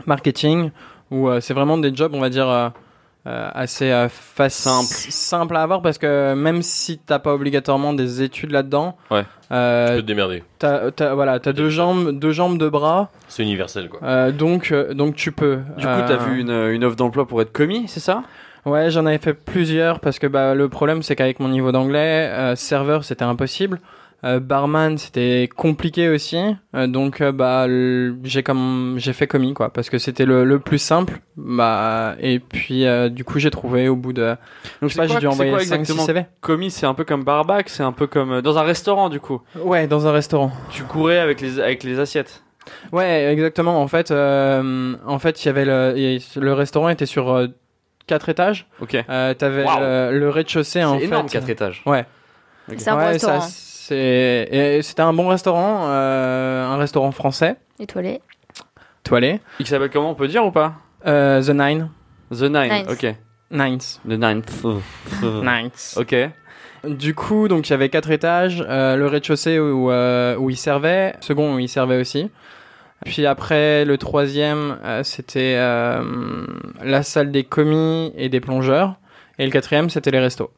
[SPEAKER 4] marketing ou euh, c'est vraiment des jobs, on va dire, euh, euh, assez euh, fac-
[SPEAKER 1] Simple.
[SPEAKER 4] simple à avoir parce que même si t'as pas obligatoirement des études là-dedans,
[SPEAKER 1] Ouais.
[SPEAKER 3] Tu peux
[SPEAKER 4] euh,
[SPEAKER 3] te démerder.
[SPEAKER 4] t'as, t'as- voilà, t'as deux jambes, deux jambes, deux bras,
[SPEAKER 3] C'est universel, quoi.
[SPEAKER 4] euh, donc, euh, donc tu peux. euh,
[SPEAKER 1] Du coup, t'as vu une, une offre d'emploi pour être commis, c'est ça
[SPEAKER 4] Ouais, j'en avais fait plusieurs parce que bah, le problème c'est qu'avec mon niveau d'anglais, euh, serveur c'était impossible, Euh, barman c'était compliqué aussi, Euh, donc euh, bah le- j'ai comme j'ai fait commis quoi parce que c'était le, le plus simple. Bah et puis euh, du coup j'ai trouvé au bout de
[SPEAKER 1] Donc,
[SPEAKER 4] je sais pas
[SPEAKER 1] c'est
[SPEAKER 4] j'ai dû
[SPEAKER 1] quoi- c'est
[SPEAKER 4] envoyer
[SPEAKER 1] quoi
[SPEAKER 4] 5 6
[SPEAKER 1] exactement
[SPEAKER 4] CV.
[SPEAKER 1] Commis, c'est un peu comme barback, c'est un peu comme euh, dans un restaurant du coup.
[SPEAKER 4] Ouais, dans un restaurant.
[SPEAKER 1] Tu courais avec les avec les assiettes.
[SPEAKER 4] Ouais, exactement. En fait, euh, en fait il y avait le, il- le restaurant était sur euh, quatre étages.
[SPEAKER 1] Ok.
[SPEAKER 4] Euh, T'avais
[SPEAKER 1] Waouh.
[SPEAKER 4] le, le rez-de-chaussée en
[SPEAKER 1] C'est énorme,
[SPEAKER 4] fait.
[SPEAKER 1] 4 étages.
[SPEAKER 2] C'est un bon
[SPEAKER 4] Ouais,
[SPEAKER 2] restaurant. hein.
[SPEAKER 4] ça, c'est- et C'était un bon restaurant, euh, un restaurant français,
[SPEAKER 2] hein. Étoilé.
[SPEAKER 4] toilé.
[SPEAKER 1] Il s'appelle comment on peut dire ou pas
[SPEAKER 4] Euh, the Nine.
[SPEAKER 1] The Nine.
[SPEAKER 2] Ninth.
[SPEAKER 1] Ok.
[SPEAKER 4] Nines.
[SPEAKER 1] The Ninth.
[SPEAKER 4] Nines.
[SPEAKER 1] Ok.
[SPEAKER 4] Du coup, donc il y avait quatre étages, euh, le rez-de-chaussée où, euh, où il servait, le second où il servait aussi. Puis après, le troisième, euh, c'était euh, la salle des commis et des plongeurs. Et le quatrième, c'était les restos.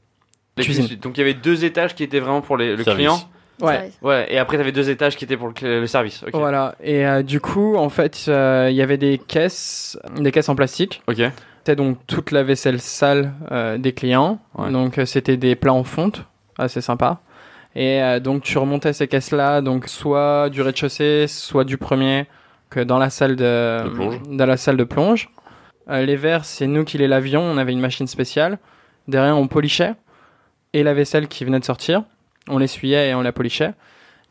[SPEAKER 1] Les
[SPEAKER 4] Cuisine.
[SPEAKER 1] cuisines. Donc il y avait deux étages qui étaient vraiment pour les- le
[SPEAKER 3] Service.
[SPEAKER 1] client.
[SPEAKER 4] Ouais.
[SPEAKER 2] Ça,
[SPEAKER 1] Ouais. Et après t'avais deux étages qui étaient pour le, cl- le service. Ok.
[SPEAKER 4] Voilà. Et euh, du coup, en fait, euh, il y avait des caisses, des caisses en plastique.
[SPEAKER 1] Ok.
[SPEAKER 4] C'était donc toute la vaisselle sale euh, des clients.
[SPEAKER 1] Ouais.
[SPEAKER 4] Donc euh, c'était des plats en fonte, assez sympa. Et euh, donc tu remontais ces caisses-là, donc soit du rez-de-chaussée, soit du premier, que dans la salle de,
[SPEAKER 3] De plonge.
[SPEAKER 4] dans la salle de plonge. Euh, les verres, c'est nous qui les lavions. On avait une machine spéciale. Derrière, on polichait et la vaisselle qui venait de sortir, on l'essuyait et on la polichait.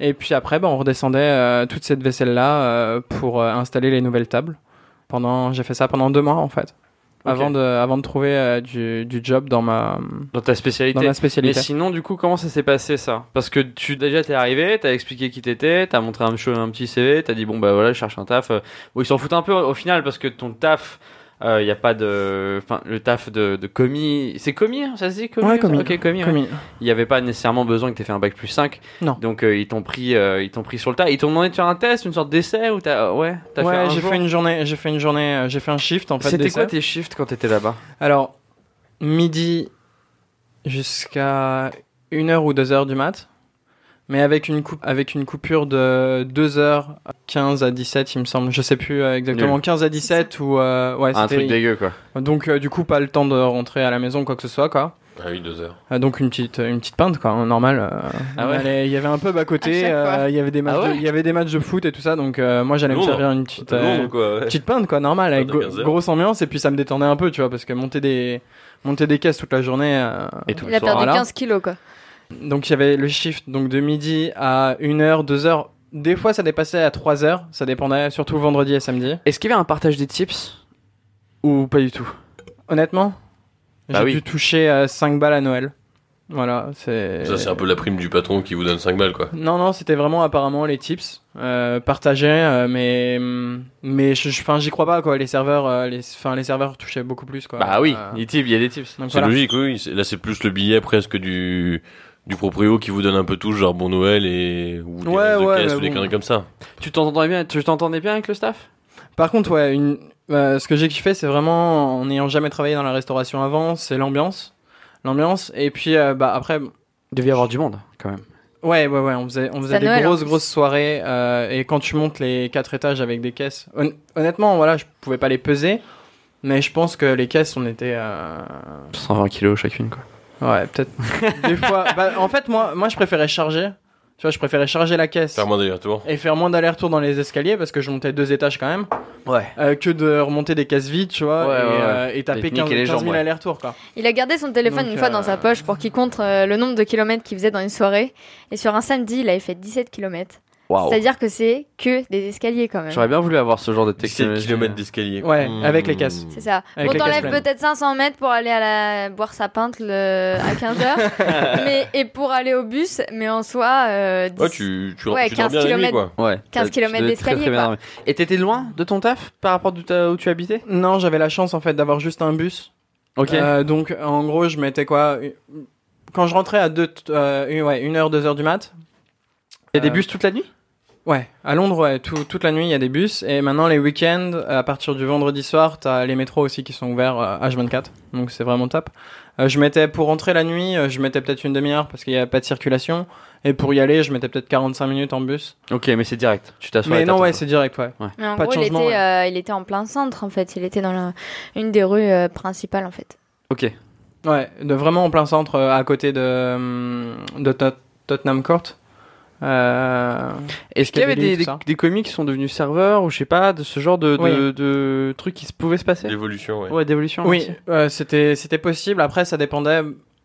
[SPEAKER 4] Et puis après, bah, on redescendait euh, toute cette vaisselle-là euh, pour euh, installer les nouvelles tables. Pendant, j'ai fait ça pendant deux mois en fait,
[SPEAKER 1] Ok.
[SPEAKER 4] avant de, avant de trouver euh, du, du job dans ma,
[SPEAKER 1] Dans ta
[SPEAKER 4] dans
[SPEAKER 1] spécialité.
[SPEAKER 4] ma
[SPEAKER 1] Mais
[SPEAKER 4] spécialité.
[SPEAKER 1] sinon, du coup, comment ça s'est passé ça Parce que tu déjà t'es arrivé, t'as expliqué qui t'étais, t'as montré un, che- un petit CV, t'as dit bon bah voilà, je cherche un taf. Euh, Bon, ils s'en foutent un peu au final parce que ton taf, il y a pas de, enfin le taf de, de commis, c'est commis, hein, ça se dit commis.
[SPEAKER 4] Ouais,
[SPEAKER 1] ça
[SPEAKER 4] commis.
[SPEAKER 1] Ok, commis. ouais.
[SPEAKER 4] Commis.
[SPEAKER 1] Il y avait pas nécessairement besoin que t'aies fait un bac plus 5
[SPEAKER 4] Non.
[SPEAKER 1] Donc euh, ils t'ont pris, euh, ils t'ont pris sur le tas. Ils t'ont demandé de faire un test, une sorte d'essai ou t'as, ouais, t'as fait un
[SPEAKER 4] Ouais, j'ai
[SPEAKER 1] jour.
[SPEAKER 4] fait une journée, j'ai fait une journée, euh, j'ai fait un shift en fait.
[SPEAKER 1] C'était
[SPEAKER 4] d'essai.
[SPEAKER 1] quoi tes shifts quand t'étais là-bas
[SPEAKER 4] Alors midi jusqu'à 1h ou 2h du mat. mais avec une, coupe, avec une coupure de 2h15 à 17, il me semble. Je sais plus euh, exactement. 15 à 17 ou. euh, ouais,
[SPEAKER 1] Ah, Un
[SPEAKER 4] c'était-
[SPEAKER 1] truc dégueu, quoi.
[SPEAKER 4] Donc, euh, du coup, pas le temps de rentrer à la maison, quoi que ce soit, quoi.
[SPEAKER 3] Ah oui, deux heures.
[SPEAKER 4] Euh, donc, une petite, une petite pinte, quoi, hein, normal. euh,
[SPEAKER 1] Ah ouais.
[SPEAKER 4] on allait- Il y avait un pub à côté,
[SPEAKER 2] À chaque
[SPEAKER 4] euh,
[SPEAKER 2] fois.
[SPEAKER 4] il y avait des matchs
[SPEAKER 1] Ah
[SPEAKER 4] de-
[SPEAKER 1] ouais
[SPEAKER 4] il y avait des matchs de foot et tout ça, donc euh, moi j'allais me
[SPEAKER 3] Londres.
[SPEAKER 4] servir une petite. euh,
[SPEAKER 3] Londres, quoi. ouais.
[SPEAKER 4] Petite peinte quoi, normal, avec
[SPEAKER 3] de
[SPEAKER 4] gro-
[SPEAKER 3] 15 heures.
[SPEAKER 4] grosse ambiance, et puis ça me détendait un peu, tu vois, parce que monter des, monter des caisses toute la journée. euh,
[SPEAKER 1] Et tout
[SPEAKER 2] Il
[SPEAKER 1] le
[SPEAKER 2] a
[SPEAKER 1] soir.
[SPEAKER 2] perdu
[SPEAKER 4] là.
[SPEAKER 2] 15 kilos, quoi.
[SPEAKER 4] Donc il y avait le shift donc de midi à 1h, 2h. Des fois ça dépassait à 3h, ça dépendait, surtout vendredi et samedi.
[SPEAKER 1] Est-ce qu'il y avait un partage des tips
[SPEAKER 4] Ou pas du tout Honnêtement,
[SPEAKER 1] Bah
[SPEAKER 4] j'ai
[SPEAKER 1] oui.
[SPEAKER 4] dû toucher 5 balles à Noël. Voilà, c'est.
[SPEAKER 3] Ça, c'est un peu la prime du patron qui vous donne 5 balles, quoi.
[SPEAKER 4] Non, non, c'était vraiment apparemment les tips euh, partagés, euh, mais mais je- je- 'fin, j'y crois pas quoi. Les serveurs, euh, les, 'fin, les serveurs touchaient beaucoup plus quoi.
[SPEAKER 1] Bah oui,
[SPEAKER 4] Euh,
[SPEAKER 1] il type, il y a des tips.
[SPEAKER 4] donc
[SPEAKER 3] C'est
[SPEAKER 4] voilà.
[SPEAKER 3] logique, oui. C'est- Là, c'est plus le billet presque du du proprio qui vous donne un peu tout, genre bon Noël et ou des
[SPEAKER 4] Ouais,
[SPEAKER 3] restes de
[SPEAKER 4] ouais,
[SPEAKER 3] caisse
[SPEAKER 4] mais
[SPEAKER 3] ou des
[SPEAKER 4] bon.
[SPEAKER 3] conneries comme ça.
[SPEAKER 1] Tu t'entendais bien, tu t'entendais bien avec le staff
[SPEAKER 4] Par contre, ouais, une... euh, ce que j'ai kiffé, c'est vraiment en n'ayant jamais travaillé dans la restauration avant, c'est l'ambiance. L'ambiance, et puis euh, bah, après,
[SPEAKER 1] Il devait y avoir du monde, quand même.
[SPEAKER 4] ouais, ouais, ouais, on faisait, on faisait
[SPEAKER 2] C'est
[SPEAKER 4] des
[SPEAKER 2] Noël, hein. en
[SPEAKER 4] grosses,
[SPEAKER 2] plus.
[SPEAKER 4] grosses soirées, euh, et quand tu montes les quatre étages avec des caisses, hon- honnêtement, voilà, je pouvais pas les peser, mais je pense que les caisses, on était. euh,
[SPEAKER 1] 120 kilos chacune, quoi.
[SPEAKER 4] Ouais,
[SPEAKER 2] [laughs]
[SPEAKER 4] peut-être. des fois. bah, en fait, moi, moi, je préférais charger. Tu vois, je préférais charger la caisse.
[SPEAKER 3] Faire moins d'aller-retour.
[SPEAKER 4] et faire moins d'aller-retour dans les escaliers parce que je montais deux étages quand même
[SPEAKER 1] Ouais.
[SPEAKER 4] euh, que de remonter des caisses vides tu
[SPEAKER 1] Ouais,
[SPEAKER 4] vois et,
[SPEAKER 1] ouais, ouais.
[SPEAKER 4] euh, et taper
[SPEAKER 1] Technique
[SPEAKER 4] 15,
[SPEAKER 1] et les
[SPEAKER 4] 15 000
[SPEAKER 1] jambes, ouais.
[SPEAKER 4] allers-retours quoi
[SPEAKER 2] Il a gardé son téléphone
[SPEAKER 4] Donc,
[SPEAKER 2] une fois
[SPEAKER 4] euh,
[SPEAKER 2] dans sa poche pour qu'il compte euh, le nombre de kilomètres qu'il faisait dans une soirée. Et sur un samedi, il avait fait 17 kilomètres.
[SPEAKER 1] Waouh.
[SPEAKER 2] C'est-à-dire que c'est que des escaliers quand même.
[SPEAKER 1] J'aurais bien voulu avoir ce genre de
[SPEAKER 3] 7
[SPEAKER 1] technologie.
[SPEAKER 3] km d'escalier.
[SPEAKER 4] Ouais, avec les caisses.
[SPEAKER 2] C'est ça.
[SPEAKER 4] Avec
[SPEAKER 2] bon,
[SPEAKER 4] les
[SPEAKER 2] t'enlèves
[SPEAKER 4] casse-plaines.
[SPEAKER 2] peut-être 500 mètres pour aller à la... boire sa pinte le- à 15h. mais... Et pour aller au bus, mais en soi, euh, dix-
[SPEAKER 3] Ouais, tu, tu,
[SPEAKER 2] Ouais,
[SPEAKER 3] tu dors
[SPEAKER 2] 15
[SPEAKER 3] bien la nuit,
[SPEAKER 2] kilomètres.
[SPEAKER 3] quoi.
[SPEAKER 1] Ouais.
[SPEAKER 2] 15
[SPEAKER 1] Ça, tu
[SPEAKER 2] kilomètres
[SPEAKER 1] devais être très,
[SPEAKER 2] d'escalier,
[SPEAKER 1] très bien
[SPEAKER 2] quoi.
[SPEAKER 1] armé. Et t'étais loin de ton taf par rapport d'où t'as- où tu habitais
[SPEAKER 4] non j'avais la chance en fait d'avoir juste un bus
[SPEAKER 1] Ok.
[SPEAKER 4] Euh, donc en gros je mettais quoi quand je rentrais à 2 ouais, 1 heure 2 heures du mat
[SPEAKER 1] T'as des
[SPEAKER 4] euh,
[SPEAKER 1] bus toute la nuit
[SPEAKER 4] ouais à Londres ouais, tout- toute la nuit il y a des bus et maintenant les week-ends à partir du vendredi soir t'as les métros aussi qui sont ouverts euh, H24 donc c'est vraiment top Euh, je mettais pour rentrer la nuit euh, je mettais peut-être une demi-heure parce qu'il n'y a pas de circulation et pour y aller je mettais peut-être 45 minutes en bus
[SPEAKER 1] Ok, mais c'est direct. Tu t'assois
[SPEAKER 4] mais
[SPEAKER 1] et
[SPEAKER 4] non
[SPEAKER 1] t'attends,
[SPEAKER 4] ouais
[SPEAKER 1] quoi.
[SPEAKER 4] c'est direct ouais
[SPEAKER 2] Mais en
[SPEAKER 4] Pas de
[SPEAKER 2] gros, il était,
[SPEAKER 4] changement, ouais.
[SPEAKER 2] euh, il était en plein centre en fait. Il était dans la- une des rues euh, principales en fait.
[SPEAKER 1] Ok.
[SPEAKER 4] Ouais, de vraiment en plein centre, euh, à côté de, hum, de Tot- Tottenham Court. Euh,
[SPEAKER 1] Est-ce qu'il y avait
[SPEAKER 4] Piccadilly,
[SPEAKER 1] des,
[SPEAKER 4] tout
[SPEAKER 1] des,
[SPEAKER 4] ça.
[SPEAKER 1] des comiques qui sont devenus serveurs ou je sais pas, de ce genre de, de,
[SPEAKER 4] Oui.
[SPEAKER 1] de trucs qui se pouvaient se passer
[SPEAKER 3] L'évolution, ouais.
[SPEAKER 1] Ouais, d'évolution
[SPEAKER 4] oui,
[SPEAKER 1] merci.
[SPEAKER 4] euh, c'était c'était possible. Après, ça dépendait,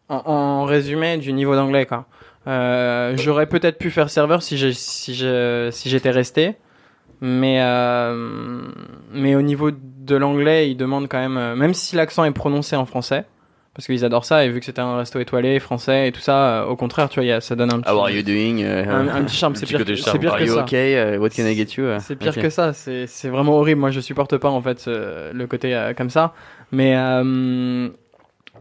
[SPEAKER 4] en, en résumé, du niveau d'anglais. quoi. Euh, J'aurais peut-être pu faire serveur si j'ai- si je- si j'étais resté. Mais, euh, mais au niveau de l'anglais, ils demandent quand même, euh, même si l'accent est prononcé en français, parce qu'ils adorent ça, et vu que c'était un resto étoilé, français et tout ça, euh, au contraire, tu vois, il y a- ça donne un petit,
[SPEAKER 1] doing
[SPEAKER 4] un, un petit charme.
[SPEAKER 3] Le
[SPEAKER 4] C'est
[SPEAKER 3] petit
[SPEAKER 4] pire,
[SPEAKER 3] côté
[SPEAKER 4] que-
[SPEAKER 3] charme,
[SPEAKER 4] c'est pire
[SPEAKER 3] are
[SPEAKER 4] que ça.
[SPEAKER 1] What
[SPEAKER 4] can I euh?
[SPEAKER 1] get you
[SPEAKER 4] C'est pire que ça, c'est c'est vraiment horrible. Moi, je supporte pas en fait ce- le côté euh, comme ça. Mais, euh,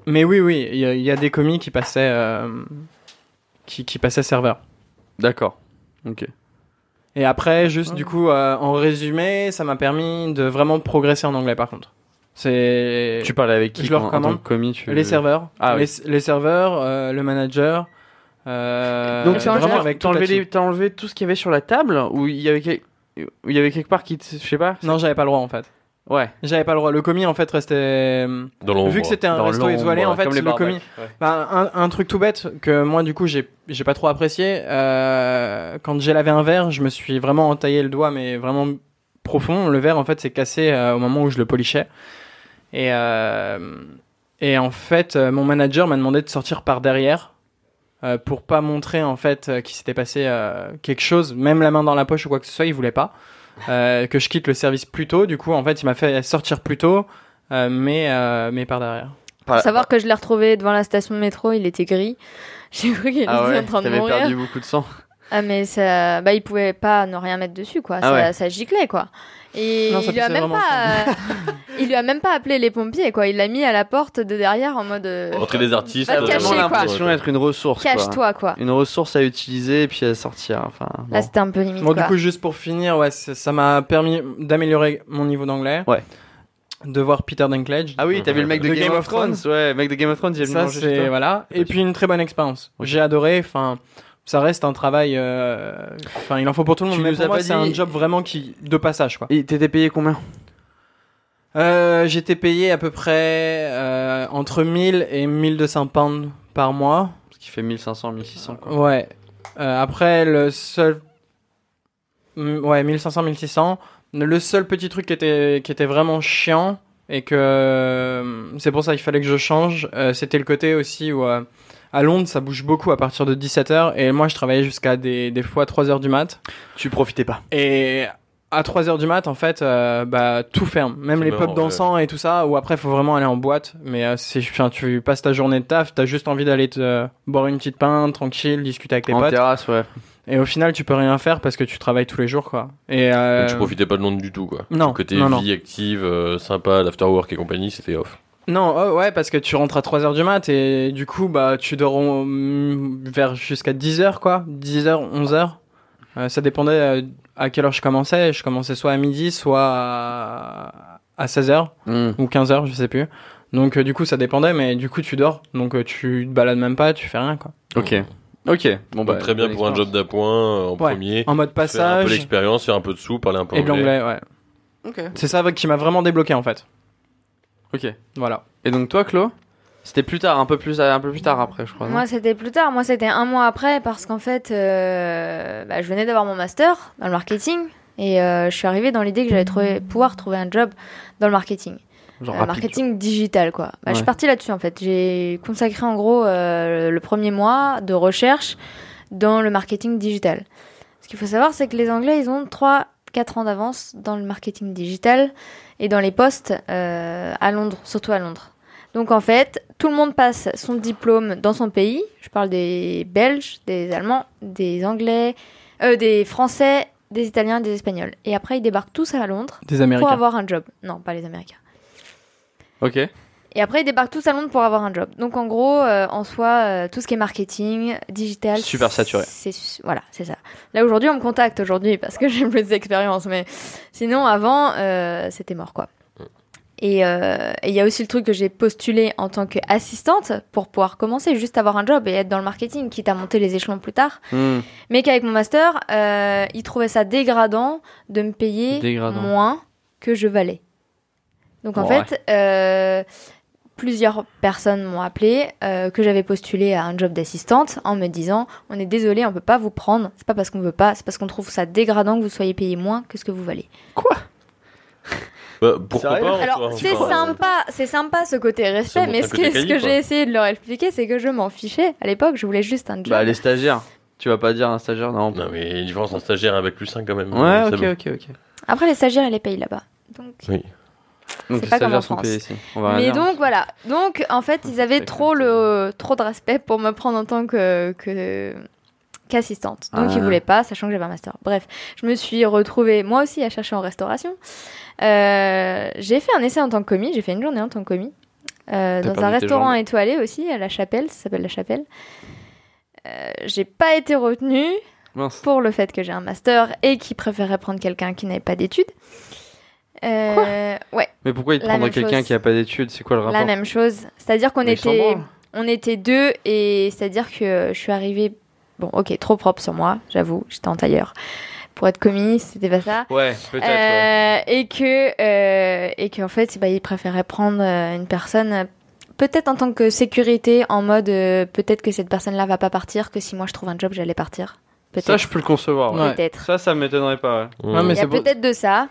[SPEAKER 4] mais oui, oui, il y, a- il y a des commis qui passaient, euh, qui, qui passaient serveur.
[SPEAKER 1] D'accord. Ok.
[SPEAKER 4] Et après, juste
[SPEAKER 1] Ah.
[SPEAKER 4] du coup, euh, en résumé, ça m'a permis de vraiment progresser en anglais par contre. C'est
[SPEAKER 1] Tu parlais avec qui
[SPEAKER 4] Je leur
[SPEAKER 1] quand- en
[SPEAKER 4] commande.
[SPEAKER 1] tant que commis tu...
[SPEAKER 4] les serveurs,
[SPEAKER 1] Ah
[SPEAKER 4] les, les serveurs, euh, le manager. euh,
[SPEAKER 1] Donc
[SPEAKER 2] Euh,
[SPEAKER 1] t'as
[SPEAKER 2] t'as
[SPEAKER 1] vraiment
[SPEAKER 2] enlevé-
[SPEAKER 1] avec
[SPEAKER 4] toute la
[SPEAKER 1] enlevé,
[SPEAKER 4] team.
[SPEAKER 1] les- t'as enlevé tout ce qu'il y avait sur la table ou il y avait quel- où il y avait quelque part qui te- je sais pas.
[SPEAKER 4] Non, j'avais pas le droit en fait.
[SPEAKER 1] Ouais.
[SPEAKER 4] J'avais pas le droit. Le commis en fait restait. euh,
[SPEAKER 3] Dans l'ombre.
[SPEAKER 4] Vu que c'était un
[SPEAKER 1] Dans
[SPEAKER 4] resto
[SPEAKER 1] l'ombre,
[SPEAKER 4] étoilé en fait,
[SPEAKER 1] comme les
[SPEAKER 4] le
[SPEAKER 1] barbecues.
[SPEAKER 4] commis. Bah, un, un truc tout bête que moi du coup j'ai j'ai pas trop apprécié. euh, quand j'ai lavé un verre, je me suis vraiment entaillé le doigt, mais vraiment profond. Le verre en fait s'est cassé euh, au moment où je le polichais. Et, euh, et en fait, euh, mon manager m'a demandé de sortir par derrière euh, pour pas montrer en fait euh, qu'il s'était passé euh, quelque chose, même la main dans la poche ou quoi que ce soit. Il voulait pas euh, que je quitte le service plus tôt. Du coup, en fait, il m'a fait sortir plus tôt, euh, mais euh, mais par derrière.
[SPEAKER 2] Faut savoir que je l'ai retrouvé devant la station de métro, il était gris. [laughs] J'ai cru qu'il était
[SPEAKER 1] Ah ouais,
[SPEAKER 2] en train de
[SPEAKER 1] t'avais
[SPEAKER 2] mourir.
[SPEAKER 1] perdu beaucoup de sang.
[SPEAKER 2] Ah mais ça, bah il pouvait pas ne rien mettre dessus quoi,
[SPEAKER 1] Ah
[SPEAKER 2] ça,
[SPEAKER 1] ouais.
[SPEAKER 2] ça giclait quoi. Et
[SPEAKER 4] Non, ça
[SPEAKER 2] il lui a
[SPEAKER 4] pissait
[SPEAKER 2] même
[SPEAKER 4] vraiment
[SPEAKER 2] pas, euh, [laughs] il lui a même pas appelé les pompiers quoi, il l'a mis à la porte de derrière en mode euh,
[SPEAKER 3] Entrer des artistes.
[SPEAKER 2] Pas
[SPEAKER 1] T'as
[SPEAKER 2] de
[SPEAKER 3] euh,
[SPEAKER 2] cacher,
[SPEAKER 1] vraiment
[SPEAKER 2] quoi.
[SPEAKER 1] l'impression d'être une ressource quoi.
[SPEAKER 2] cache-toi quoi.
[SPEAKER 1] Une ressource à utiliser et puis à sortir enfin.
[SPEAKER 2] Là
[SPEAKER 1] bon.
[SPEAKER 2] c'était un peu limite
[SPEAKER 4] Bon,
[SPEAKER 2] quoi.
[SPEAKER 4] du coup, juste pour finir, ouais, ça ça m'a permis d'améliorer mon niveau d'anglais.
[SPEAKER 1] Ouais.
[SPEAKER 4] De voir Peter Dinklage.
[SPEAKER 1] Ah oui, t'as vu le mec de,
[SPEAKER 4] De
[SPEAKER 1] Game, of Thrones, Ouais, le mec de Game of Thrones, il est venu
[SPEAKER 4] ça,
[SPEAKER 1] manger chez
[SPEAKER 4] c'est
[SPEAKER 1] toi.
[SPEAKER 4] voilà. Et puis une très bonne expérience.
[SPEAKER 1] Ok.
[SPEAKER 4] J'ai adoré. Enfin, ça reste un travail. euh, Enfin, il en faut pour tout le
[SPEAKER 1] Tu
[SPEAKER 4] monde. Mais
[SPEAKER 1] nous
[SPEAKER 4] pour
[SPEAKER 1] as
[SPEAKER 4] moi,
[SPEAKER 1] pas
[SPEAKER 4] c'est un
[SPEAKER 1] dit-
[SPEAKER 4] job vraiment qui de passage, quoi.
[SPEAKER 1] Et t'étais payé combien
[SPEAKER 4] Euh, J'étais payé à peu près euh, entre 1000 et 1200 pounds par mois.
[SPEAKER 1] Ce qui fait 1500, 1600 quoi.
[SPEAKER 4] Ouais. Euh, après, le seul. Mm, Ouais, 1500, 1600. Le seul petit truc qui était, qui était vraiment chiant, et que euh, c'est pour ça qu'il fallait que je change, euh, c'était le côté aussi où euh, à Londres ça bouge beaucoup à partir de 17h, et moi je travaillais jusqu'à des, des fois 3h du mat.
[SPEAKER 1] Tu profitais pas.
[SPEAKER 4] Et à 3h du mat, en fait, euh, bah, tout ferme. Même
[SPEAKER 3] C'est
[SPEAKER 4] les
[SPEAKER 3] marrant,
[SPEAKER 4] pubs dansants et tout ça, où après, faut vraiment aller en boîte. Mais euh, c'est- enfin, tu passes ta journée de taf, t'as juste envie d'aller te euh, boire une petite pinte, tranquille, discuter avec tes
[SPEAKER 1] en
[SPEAKER 4] potes.
[SPEAKER 1] terrasse, ouais.
[SPEAKER 4] Et au final, tu peux rien faire parce que tu travailles tous les jours, quoi. Et euh,
[SPEAKER 3] Donc, tu profitais pas de Londres du tout, quoi.
[SPEAKER 4] Non,
[SPEAKER 3] Côté
[SPEAKER 4] non, non.
[SPEAKER 3] vie active, euh, sympa, l'afterwork et compagnie, c'était off.
[SPEAKER 4] Non, oh, ouais, parce que tu rentres à 3h du mat et du coup, bah, tu dors au- mm, vers jusqu'à 10h, quoi. 10h, 11h. Euh, ça dépendait euh, à quelle heure je commençais. Je commençais soit à midi, soit à, à 16h.
[SPEAKER 1] Hmm,
[SPEAKER 4] ou 15 heures, je sais plus. Donc euh, du coup ça dépendait, mais du coup tu dors, donc euh, tu te balades même pas, tu fais rien quoi.
[SPEAKER 1] Ok. Ok. Bon bah.
[SPEAKER 3] Donc, très bien
[SPEAKER 1] bonne
[SPEAKER 3] pour un job d'appoint euh, en
[SPEAKER 4] Ouais.
[SPEAKER 3] premier.
[SPEAKER 4] En mode
[SPEAKER 3] Faire un peu
[SPEAKER 4] passage
[SPEAKER 3] l'expérience, faire un peu de sous, parler un peu
[SPEAKER 4] et de l'anglais, ouais.
[SPEAKER 1] expérience.
[SPEAKER 4] C'est ça qui m'a vraiment débloqué en fait.
[SPEAKER 1] Ok. Ok.
[SPEAKER 4] Voilà.
[SPEAKER 1] Et donc toi, Chlo C'était plus tard, un peu plus, un peu plus tard après, je crois. non
[SPEAKER 2] Moi, c'était plus tard. Moi, c'était un mois après parce qu'en fait, euh, bah, je venais d'avoir mon master dans le marketing et euh, je suis arrivée dans l'idée que j'allais trouver, pouvoir trouver un job dans le marketing.
[SPEAKER 1] Genre
[SPEAKER 2] Euh,
[SPEAKER 1] rapide,
[SPEAKER 2] marketing digital, quoi. Bah, Je
[SPEAKER 1] Ouais.
[SPEAKER 2] suis partie là-dessus, en fait. J'ai consacré, en gros, euh, le premier mois de recherche dans le marketing digital. Ce qu'il faut savoir, c'est que les Anglais, ils ont 3-4 ans d'avance dans le marketing digital et dans les postes euh, à Londres, surtout à Londres. Donc, en fait, tout le monde passe son diplôme dans son pays. Je parle des Belges, des Allemands, des Anglais, euh, des Français, des Italiens, des Espagnols. Et après, ils débarquent tous à Londres
[SPEAKER 4] Des
[SPEAKER 2] pour
[SPEAKER 4] Américains.
[SPEAKER 2] avoir un job. Non, pas les Américains.
[SPEAKER 1] quoi. Ok.
[SPEAKER 2] Et après, ils débarquent tous à Londres pour avoir un job. Donc, en gros, euh, en soi, euh, tout ce qui est marketing, digital.
[SPEAKER 1] Super saturé.
[SPEAKER 2] C'est, voilà, c'est ça. Là, aujourd'hui, on me contacte aujourd'hui parce que [laughs] j'ai plus d'expérience. Mais sinon, avant, euh, c'était mort, quoi.
[SPEAKER 1] Mm.
[SPEAKER 2] Et euh, et il y a aussi le truc que j'ai postulé en tant qu'assistante pour pouvoir commencer, juste avoir un job et être dans le marketing, quitte à monter les échelons plus tard.
[SPEAKER 1] Hmm.
[SPEAKER 2] Mais qu'avec mon master, euh, ils trouvaient ça dégradant de me payer
[SPEAKER 1] Dégradant.
[SPEAKER 2] moins que je valais. Donc en
[SPEAKER 1] Ouais.
[SPEAKER 2] fait, euh, plusieurs personnes m'ont appelé euh, que j'avais postulé à un job d'assistante en me disant on est désolé, on peut pas vous prendre. C'est pas parce qu'on veut pas, c'est parce qu'on trouve ça dégradant que vous soyez payé moins que ce que vous valez.
[SPEAKER 3] Bah, pourquoi
[SPEAKER 1] Sérieux
[SPEAKER 3] pas en soi,
[SPEAKER 2] Alors
[SPEAKER 3] en
[SPEAKER 2] c'est
[SPEAKER 3] soi.
[SPEAKER 2] sympa, c'est sympa ce côté respect,
[SPEAKER 3] montre
[SPEAKER 2] mais
[SPEAKER 3] un
[SPEAKER 2] ce
[SPEAKER 3] côté
[SPEAKER 2] que, ce
[SPEAKER 3] quali,
[SPEAKER 2] que
[SPEAKER 3] quoi.
[SPEAKER 2] j'ai essayé de leur expliquer, c'est que je m'en fichais. À l'époque, je voulais juste un job.
[SPEAKER 1] Bah les stagiaires. Tu vas pas dire un stagiaire non.
[SPEAKER 3] Non, mais il y a une différence entre stagiaire avec plus 5 quand même. Euh,
[SPEAKER 1] Ouais,
[SPEAKER 3] C'est
[SPEAKER 1] ok,
[SPEAKER 3] bon.
[SPEAKER 1] ok, ok.
[SPEAKER 2] Après, les stagiaires, ils les payent là-bas. Donc
[SPEAKER 3] Oui.
[SPEAKER 1] Donc
[SPEAKER 2] C'est
[SPEAKER 1] les
[SPEAKER 2] pas comme en
[SPEAKER 1] stagiaires sont payés ici. On va rien
[SPEAKER 2] Mais
[SPEAKER 1] dire.
[SPEAKER 2] donc voilà, donc en fait ils avaient
[SPEAKER 1] C'est
[SPEAKER 2] trop
[SPEAKER 1] comme
[SPEAKER 2] le trop de respect pour me prendre en tant que que- qu'assistante. Donc
[SPEAKER 1] Ah.
[SPEAKER 2] ils voulaient pas, sachant que j'avais un master. Bref, je me suis retrouvée moi aussi à chercher en restauration. Euh, j'ai fait un essai en tant que commis, j'ai fait une journée en tant que commis
[SPEAKER 1] T'as
[SPEAKER 2] euh, dans un
[SPEAKER 1] perdu tes
[SPEAKER 2] restaurant
[SPEAKER 1] jambes.
[SPEAKER 2] étoilé aussi à La Chapelle, ça s'appelle La Chapelle. Euh, j'ai pas été retenue
[SPEAKER 1] Mince.
[SPEAKER 2] pour le fait que j'ai un master et qu'ils préféraient prendre quelqu'un qui n'avait pas d'études. Euh, ouais,
[SPEAKER 1] Mais pourquoi ils te
[SPEAKER 2] La
[SPEAKER 1] prendraient
[SPEAKER 2] même
[SPEAKER 1] quelqu'un
[SPEAKER 2] chose.
[SPEAKER 1] qui a pas d'études C'est quoi le rapport
[SPEAKER 2] la même chose. C'est-à-dire qu'on
[SPEAKER 1] Mais ils hein. s'en
[SPEAKER 2] était
[SPEAKER 1] branlent.
[SPEAKER 2] on était deux et c'est-à-dire que je suis arrivée, bon ok, trop propre sur moi, j'avoue, j'étais en tailleur. Pour être commis, c'était pas ça.
[SPEAKER 1] Ouais, peut-être. ouais.
[SPEAKER 2] Euh, et que euh, et qu'en fait, bah, ils préféraient prendre euh, une personne euh, peut-être en tant que sécurité, en mode euh, peut-être que cette personne-là va pas partir, que si moi je trouve un job, j'allais partir.
[SPEAKER 1] Ça,
[SPEAKER 2] Peut-être.
[SPEAKER 1] je peux le concevoir. ouais.
[SPEAKER 4] Ouais.
[SPEAKER 2] Peut-être.
[SPEAKER 1] Ça, ça m'étonnerait pas. ouais.
[SPEAKER 4] Ouais, mais
[SPEAKER 2] Il y a
[SPEAKER 4] c'est pour-
[SPEAKER 2] peut-être de ça.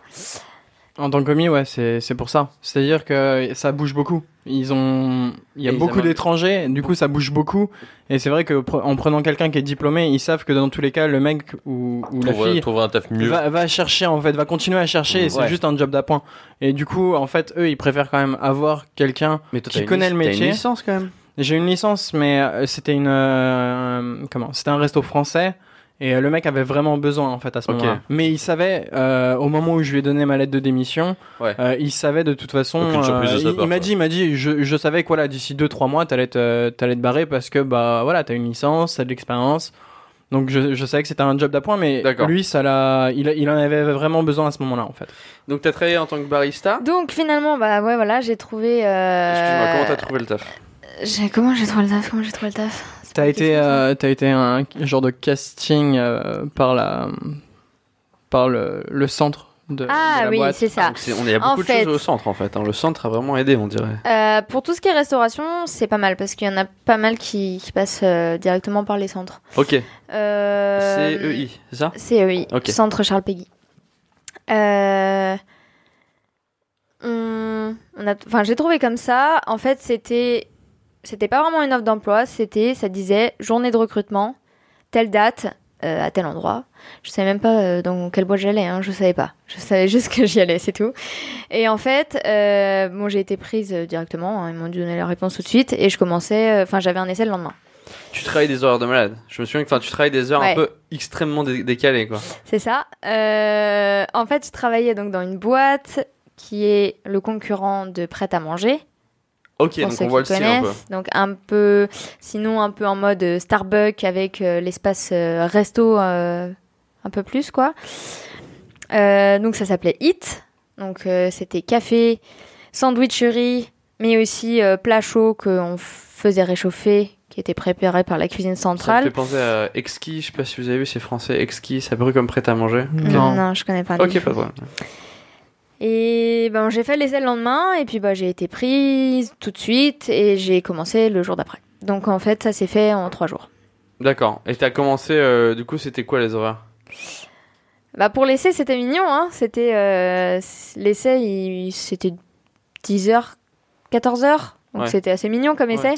[SPEAKER 4] En tant que commis, ouais, c'est c'est pour ça. C'est-à-dire que ça bouge beaucoup. Ils ont, il y a
[SPEAKER 1] Et ils
[SPEAKER 4] beaucoup
[SPEAKER 1] aiment-
[SPEAKER 4] d'étrangers, du coup ça bouge beaucoup. Et c'est vrai que pre- en prenant quelqu'un qui est diplômé, ils savent que dans tous les cas, le mec ou, ou la
[SPEAKER 3] Trouver-
[SPEAKER 4] fille
[SPEAKER 3] trouver un taf mieux.
[SPEAKER 4] Va, va chercher en fait, va continuer à chercher. et C'est
[SPEAKER 1] Ouais.
[SPEAKER 4] juste un job d'appoint. Et du coup, en fait, eux, ils préfèrent quand même avoir quelqu'un.
[SPEAKER 1] Mais toi,
[SPEAKER 4] Qui
[SPEAKER 1] t'as une
[SPEAKER 4] connaît
[SPEAKER 1] lic-
[SPEAKER 4] le
[SPEAKER 1] t'as
[SPEAKER 4] métier.
[SPEAKER 1] une licence quand même.
[SPEAKER 4] J'ai une licence, mais euh, c'était une euh, comment C'était un resto français. Et euh, le mec avait vraiment besoin en fait à ce
[SPEAKER 1] Ok.
[SPEAKER 4] moment-là. Mais il savait euh, au moment où je lui ai donné ma lettre de démission,
[SPEAKER 1] Ouais.
[SPEAKER 4] euh, il savait de toute façon. euh,
[SPEAKER 3] Aucune surprise de sa
[SPEAKER 4] il
[SPEAKER 3] part,
[SPEAKER 4] il m'a
[SPEAKER 3] quoi.
[SPEAKER 4] dit, il m'a dit, je, je savais que voilà, d'ici 2-3 mois, t'allais te, t'allais te barrer parce que bah voilà, t'as une licence, t'as de l'expérience. Donc je, je savais que c'était un job d'appoint, mais
[SPEAKER 1] D'accord.
[SPEAKER 4] lui, ça l'a, il, il en avait vraiment besoin à ce moment-là en fait.
[SPEAKER 1] Donc t'as travaillé en tant que barista.
[SPEAKER 2] Donc finalement, bah ouais, voilà, j'ai trouvé. euh,
[SPEAKER 1] Excuse-moi, comment t'as trouvé le taf
[SPEAKER 2] j'ai- Comment j'ai trouvé le taf Comment j'ai trouvé le taf
[SPEAKER 4] T'as été, euh, t'as été un genre de casting euh, par la, par le, le centre de.
[SPEAKER 2] Ah
[SPEAKER 4] de la
[SPEAKER 2] oui,
[SPEAKER 4] boîte.
[SPEAKER 2] c'est ça.
[SPEAKER 1] Donc, c'est- on est- il y a
[SPEAKER 2] En
[SPEAKER 1] beaucoup de
[SPEAKER 2] fait-
[SPEAKER 1] choses au centre en fait. hein. Le centre a vraiment aidé, on dirait.
[SPEAKER 2] Euh, pour tout ce qui est restauration, c'est pas mal parce qu'il y en a pas mal qui, qui passent euh, directement par les centres.
[SPEAKER 1] Ok,
[SPEAKER 2] Euh,
[SPEAKER 1] CEI, E c'est ça
[SPEAKER 2] CEI,
[SPEAKER 1] Ok.
[SPEAKER 2] Centre Charles Péguy. Euh, on, on a, enfin, j'ai trouvé comme ça. En fait, c'était, c'était pas vraiment une offre d'emploi. C'était, ça disait journée de recrutement, telle date, euh, à tel endroit. Je savais même pas euh, dans quelle boîte j'allais. Hein, je savais pas. Je savais juste que j'y allais, c'est tout. Et en fait, euh, bon, j'ai été prise euh, directement. hein, ils m'ont donné la réponse tout de suite et je commençais. euh, Enfin, j'avais un essai le lendemain.
[SPEAKER 1] Tu travailles des horaires de malade. Je me souviens que enfin, tu travailles des heures un
[SPEAKER 2] Ouais.
[SPEAKER 1] peu extrêmement dé- décalées quoi.
[SPEAKER 2] C'est ça. Euh, en fait, je travaillais donc dans une boîte qui est le concurrent de Prêt à manger.
[SPEAKER 1] Ok,
[SPEAKER 2] pour
[SPEAKER 1] donc
[SPEAKER 2] ceux
[SPEAKER 1] on voit le
[SPEAKER 2] qui
[SPEAKER 1] style un peu.
[SPEAKER 2] connaissent. Donc un peu, sinon un peu en mode euh, Starbucks avec euh, l'espace euh, resto euh, un peu plus quoi. Euh, donc ça s'appelait Hit. Donc euh, c'était café, sandwicherie, mais aussi euh, plat chaud qu'on faisait réchauffer, qui était préparé par la cuisine
[SPEAKER 1] Ça me
[SPEAKER 2] centrale.
[SPEAKER 1] fait penser à Exquis, je sais pas si vous avez vu, c'est français, Exquis, ça brûle comme prêt à manger.
[SPEAKER 4] Non.
[SPEAKER 2] non, je connais pas. du
[SPEAKER 1] Ok,
[SPEAKER 2] tout.
[SPEAKER 1] pas de problème.
[SPEAKER 2] Et ben, j'ai fait l'essai le lendemain, et puis bah, j'ai été prise tout de suite, et j'ai commencé le jour d'après. Donc en fait, ça s'est fait en trois jours.
[SPEAKER 1] D'accord. Et t'as commencé, euh, du coup, c'était quoi les horaires
[SPEAKER 2] Bah, pour l'essai, c'était mignon, hein. C'était. euh, c- l'essai, il- c'était 10h, 14h. Donc
[SPEAKER 1] Ouais.
[SPEAKER 2] c'était assez mignon comme essai.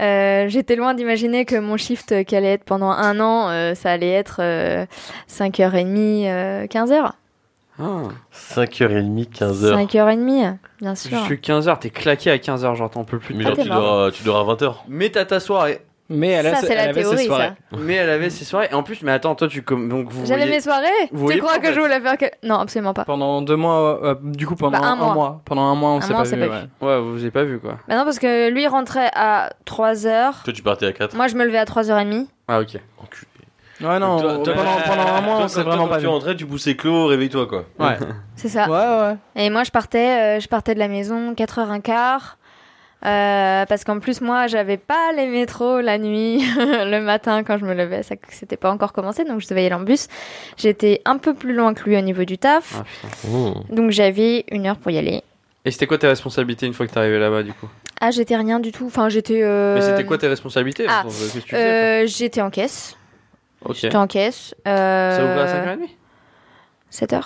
[SPEAKER 2] Euh, J'étais loin d'imaginer que mon shift euh, qui allait être pendant un an, euh, ça allait être euh, 5h30, 15h.
[SPEAKER 1] Ah,
[SPEAKER 3] 5h30, 15h.
[SPEAKER 2] 5h30, bien sûr.
[SPEAKER 1] Jusque 15h, t'es claqué à 15h, genre t'en peux plus.
[SPEAKER 3] Mais
[SPEAKER 2] Ah,
[SPEAKER 3] genre,
[SPEAKER 2] t'es
[SPEAKER 3] tu
[SPEAKER 2] marrant.
[SPEAKER 3] dors, à- tu dors à 20h.
[SPEAKER 1] Mais t'as ta soirée.
[SPEAKER 4] Mais elle a,
[SPEAKER 2] Ça,
[SPEAKER 4] se-
[SPEAKER 2] c'est
[SPEAKER 4] elle
[SPEAKER 2] la
[SPEAKER 4] avait ses
[SPEAKER 2] théorie,
[SPEAKER 4] soirées.
[SPEAKER 2] ça.
[SPEAKER 1] Mais elle avait ses soirées. Et en plus, mais attends, toi, tu. com- Donc, vous
[SPEAKER 2] J'avais
[SPEAKER 1] voyez-
[SPEAKER 2] mes soirées.
[SPEAKER 1] vous voyez
[SPEAKER 2] Tu crois
[SPEAKER 1] pas, en
[SPEAKER 2] que je
[SPEAKER 1] fait.
[SPEAKER 2] voulais faire que. Non, absolument pas.
[SPEAKER 4] Pendant deux mois, euh, du coup pendant
[SPEAKER 2] Bah, un
[SPEAKER 4] un,
[SPEAKER 2] mois.
[SPEAKER 4] mois. Pendant un mois, on
[SPEAKER 2] Un
[SPEAKER 4] s'est
[SPEAKER 2] mois,
[SPEAKER 4] pas
[SPEAKER 2] on s'est
[SPEAKER 4] vu.
[SPEAKER 2] pas
[SPEAKER 4] ouais.
[SPEAKER 1] Ouais, vous vous avez pas vu quoi.
[SPEAKER 2] Bah non, parce que lui rentrait à 3h.
[SPEAKER 3] Toi, tu partais à 4.
[SPEAKER 2] Moi, je me levais à 3h30.
[SPEAKER 1] Ah, ok.
[SPEAKER 3] Enculé.
[SPEAKER 4] Ouais, non.
[SPEAKER 3] Toi- toi-
[SPEAKER 4] pendant, pendant un mois,
[SPEAKER 3] Toi,
[SPEAKER 4] on s'est
[SPEAKER 3] quand-
[SPEAKER 4] vraiment
[SPEAKER 3] quand
[SPEAKER 4] pas
[SPEAKER 3] tu
[SPEAKER 4] vu. Ouais.
[SPEAKER 3] rentrais, tu poussais Clo, réveille-toi quoi.
[SPEAKER 4] ouais,
[SPEAKER 2] C'est ça.
[SPEAKER 4] ouais.
[SPEAKER 2] Et moi, je partais, euh, je partais de la maison 4h15. Euh, parce qu'en plus, moi, j'avais pas les métros la nuit, [laughs] le matin quand je me levais, ça c'était pas encore commencé, donc je devais y aller en bus. J'étais un peu plus loin que lui au niveau du taf,
[SPEAKER 1] Ah, putain.
[SPEAKER 3] Hmm.
[SPEAKER 2] donc j'avais une heure pour y aller.
[SPEAKER 1] Et c'était quoi tes responsabilités une fois que t'es arrivé là-bas, du coup
[SPEAKER 2] Ah, j'étais rien du tout. Enfin, j'étais. euh,
[SPEAKER 1] Mais c'était quoi tes responsabilités
[SPEAKER 2] ah,
[SPEAKER 1] dans ce que tu faisais,
[SPEAKER 2] euh, J'étais en caisse.
[SPEAKER 1] quoi Ok.
[SPEAKER 2] J'étais en caisse. Euh,
[SPEAKER 1] Ça ouvrait à 5h30
[SPEAKER 2] 7h.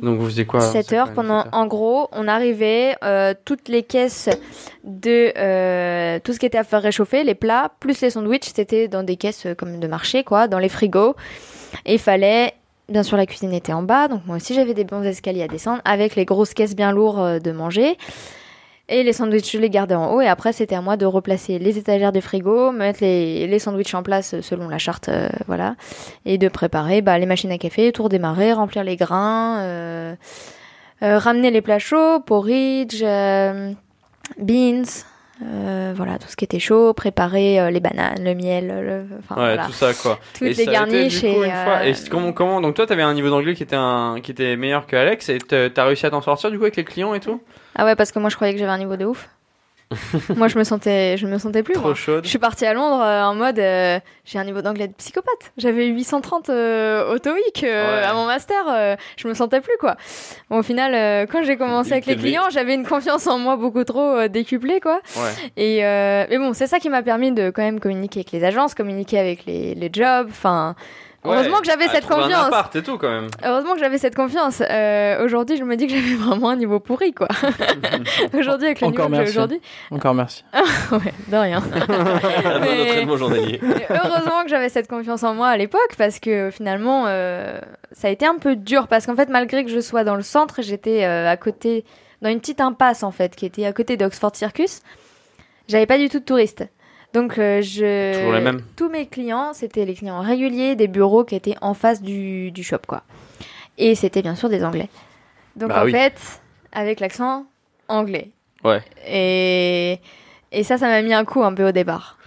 [SPEAKER 1] Donc, vous faisiez quoi
[SPEAKER 2] 7 heures pendant, en gros, on arrivait, euh, toutes les caisses de euh, tout ce qui était à faire réchauffer, les plats, plus les sandwichs, c'était dans des caisses euh, comme de marché, quoi, dans les frigos. Et il fallait, bien sûr, la cuisine était en bas, donc moi aussi j'avais des bons escaliers à descendre, avec les grosses caisses bien lourdes euh, de manger. Et les sandwichs, je les gardais en haut, et après c'était à moi de replacer les étagères des frigos, mettre les, les sandwichs en place euh, selon la charte, euh, voilà, et de préparer bah, les machines à café, tout redémarrer, remplir les grains. euh, euh, ramener les plats chauds, porridge, euh, beans, euh, voilà, tout ce qui était chaud, préparer euh, les bananes, le miel, le, enfin,
[SPEAKER 1] Ouais,
[SPEAKER 2] voilà,
[SPEAKER 1] tout ça, quoi.
[SPEAKER 2] toutes
[SPEAKER 1] et
[SPEAKER 2] les
[SPEAKER 1] ça a été,
[SPEAKER 2] garniches.
[SPEAKER 1] du coup, une
[SPEAKER 2] et,
[SPEAKER 1] fois-
[SPEAKER 2] euh,
[SPEAKER 1] et c'est- comment, comment Donc toi, t'avais un niveau d'anglais qui était un, qui était meilleur que Alex, et t'as t'as réussi à t'en sortir du coup avec les clients et tout.
[SPEAKER 2] Ah ouais, parce que moi je croyais que j'avais un niveau de ouf.
[SPEAKER 1] [laughs]
[SPEAKER 2] moi je me sentais, je me sentais plus.
[SPEAKER 1] Trop
[SPEAKER 2] moi.
[SPEAKER 1] chaude.
[SPEAKER 2] Je suis partie à Londres euh, en mode euh, j'ai un niveau d'anglais de psychopathe. J'avais 830 euh, au TOEIC euh,
[SPEAKER 1] Ouais.
[SPEAKER 2] à mon master. euh, je me sentais plus quoi. Bon, au final, euh, quand j'ai commencé
[SPEAKER 3] Il
[SPEAKER 2] avec les
[SPEAKER 3] t'aimait.
[SPEAKER 2] clients, j'avais une confiance en moi beaucoup trop euh, décuplée quoi.
[SPEAKER 1] Ouais.
[SPEAKER 2] Et euh, mais bon, c'est ça qui m'a permis de quand même communiquer avec les agences, communiquer avec les, les jobs. Enfin, heureusement
[SPEAKER 1] Ouais,
[SPEAKER 2] que j'avais
[SPEAKER 1] à
[SPEAKER 2] cette
[SPEAKER 1] trouver Un
[SPEAKER 2] confiance.
[SPEAKER 1] appart et tout quand même.
[SPEAKER 2] Heureusement que j'avais cette confiance. Euh, aujourd'hui, je me dis que j'avais vraiment un niveau
[SPEAKER 1] [laughs]
[SPEAKER 2] pourri, quoi. aujourd'hui, avec le niveau
[SPEAKER 4] Encore
[SPEAKER 2] que j'ai
[SPEAKER 4] merci.
[SPEAKER 2] aujourd'hui,
[SPEAKER 4] Encore merci.
[SPEAKER 2] ouais,
[SPEAKER 1] [laughs]
[SPEAKER 2] de rien.
[SPEAKER 3] Un bon
[SPEAKER 2] Mais-
[SPEAKER 3] entraînement
[SPEAKER 4] [laughs]
[SPEAKER 3] journalier.
[SPEAKER 2] Mais heureusement que j'avais cette confiance en moi à l'époque parce que finalement euh, ça a été un peu dur parce qu'en fait malgré que je sois dans le centre j'étais euh, à côté dans une petite impasse en fait qui était à côté d'Oxford Circus j'avais pas du tout de touristes donc euh, je
[SPEAKER 1] Toujours les mêmes.
[SPEAKER 2] tous mes clients c'était les clients réguliers des bureaux qui étaient en face du, du shop quoi et c'était bien sûr des anglais donc
[SPEAKER 3] Bah
[SPEAKER 2] en
[SPEAKER 3] oui.
[SPEAKER 2] fait avec l'accent anglais
[SPEAKER 1] Ouais.
[SPEAKER 2] et et ça ça m'a mis un coup un peu au départ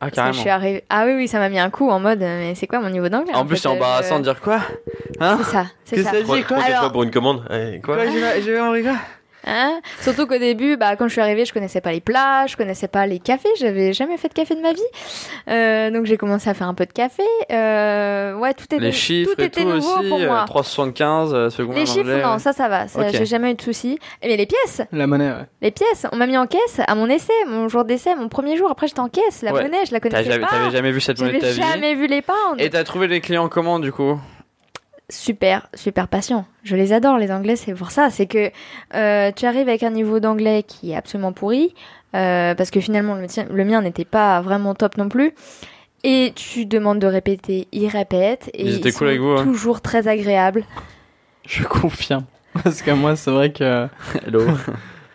[SPEAKER 1] Ah
[SPEAKER 2] parce que je
[SPEAKER 1] carrément.
[SPEAKER 2] suis arrivée- Ah oui, oui, ça m'a mis un coup en mode, euh, mais c'est quoi mon niveau d'anglais
[SPEAKER 1] En plus,
[SPEAKER 2] fait,
[SPEAKER 1] c'est
[SPEAKER 2] euh,
[SPEAKER 1] embarrassant de dire quoi Hein
[SPEAKER 2] C'est ça, c'est
[SPEAKER 1] Qu'est-ce
[SPEAKER 2] ça.
[SPEAKER 1] que ça dit
[SPEAKER 3] Prends
[SPEAKER 1] quoi
[SPEAKER 3] prends quelques
[SPEAKER 2] Alors-
[SPEAKER 3] fois pour une commande. Eh, quoi
[SPEAKER 1] Quoi, j'ai j'ai envie quoi
[SPEAKER 2] Hein Surtout qu'au début, bah, quand je suis arrivée, je connaissais pas les plats, je connaissais pas les cafés, j'avais jamais fait de café de ma vie. Euh, donc j'ai commencé à faire un peu de café. Euh, ouais, tout était,
[SPEAKER 1] Les chiffres
[SPEAKER 2] tout
[SPEAKER 1] et
[SPEAKER 2] était
[SPEAKER 1] tout
[SPEAKER 2] nouveau
[SPEAKER 1] aussi,
[SPEAKER 2] pour
[SPEAKER 1] euh,
[SPEAKER 2] moi.
[SPEAKER 1] 375, euh, secondes
[SPEAKER 2] Les
[SPEAKER 1] en
[SPEAKER 2] chiffres,
[SPEAKER 1] anglais.
[SPEAKER 2] non, ça, ça va. ça,
[SPEAKER 1] Ok.
[SPEAKER 2] J'ai jamais eu de soucis. Eh, Mais les pièces,
[SPEAKER 4] La monnaie, ouais.
[SPEAKER 2] les pièces, on m'a mis en caisse à mon essai, mon jour d'essai, mon premier jour. Après, j'étais en caisse. La
[SPEAKER 1] Ouais.
[SPEAKER 2] monnaie, je la
[SPEAKER 1] T'as
[SPEAKER 2] connaissais
[SPEAKER 1] jamais-
[SPEAKER 2] pas.
[SPEAKER 1] T'avais jamais vu cette monnaie de ta
[SPEAKER 2] J'avais
[SPEAKER 1] vie.
[SPEAKER 2] jamais vu les pounds.
[SPEAKER 1] Et t'as trouvé les clients comment du
[SPEAKER 2] [laughs]
[SPEAKER 1] coup
[SPEAKER 2] super, super patient. Je les adore, les Anglais, c'est pour ça. C'est que euh, tu arrives avec un niveau d'anglais qui est absolument pourri, euh, parce que finalement, le, tien- le mien n'était pas vraiment top non plus. Et tu demandes de répéter, ils répètent. Et
[SPEAKER 1] Ils étaient cool
[SPEAKER 2] sont
[SPEAKER 1] avec vous, hein.
[SPEAKER 2] Toujours très agréables.
[SPEAKER 4] Je confirme. [laughs] Parce que moi, c'est vrai que
[SPEAKER 1] Hello.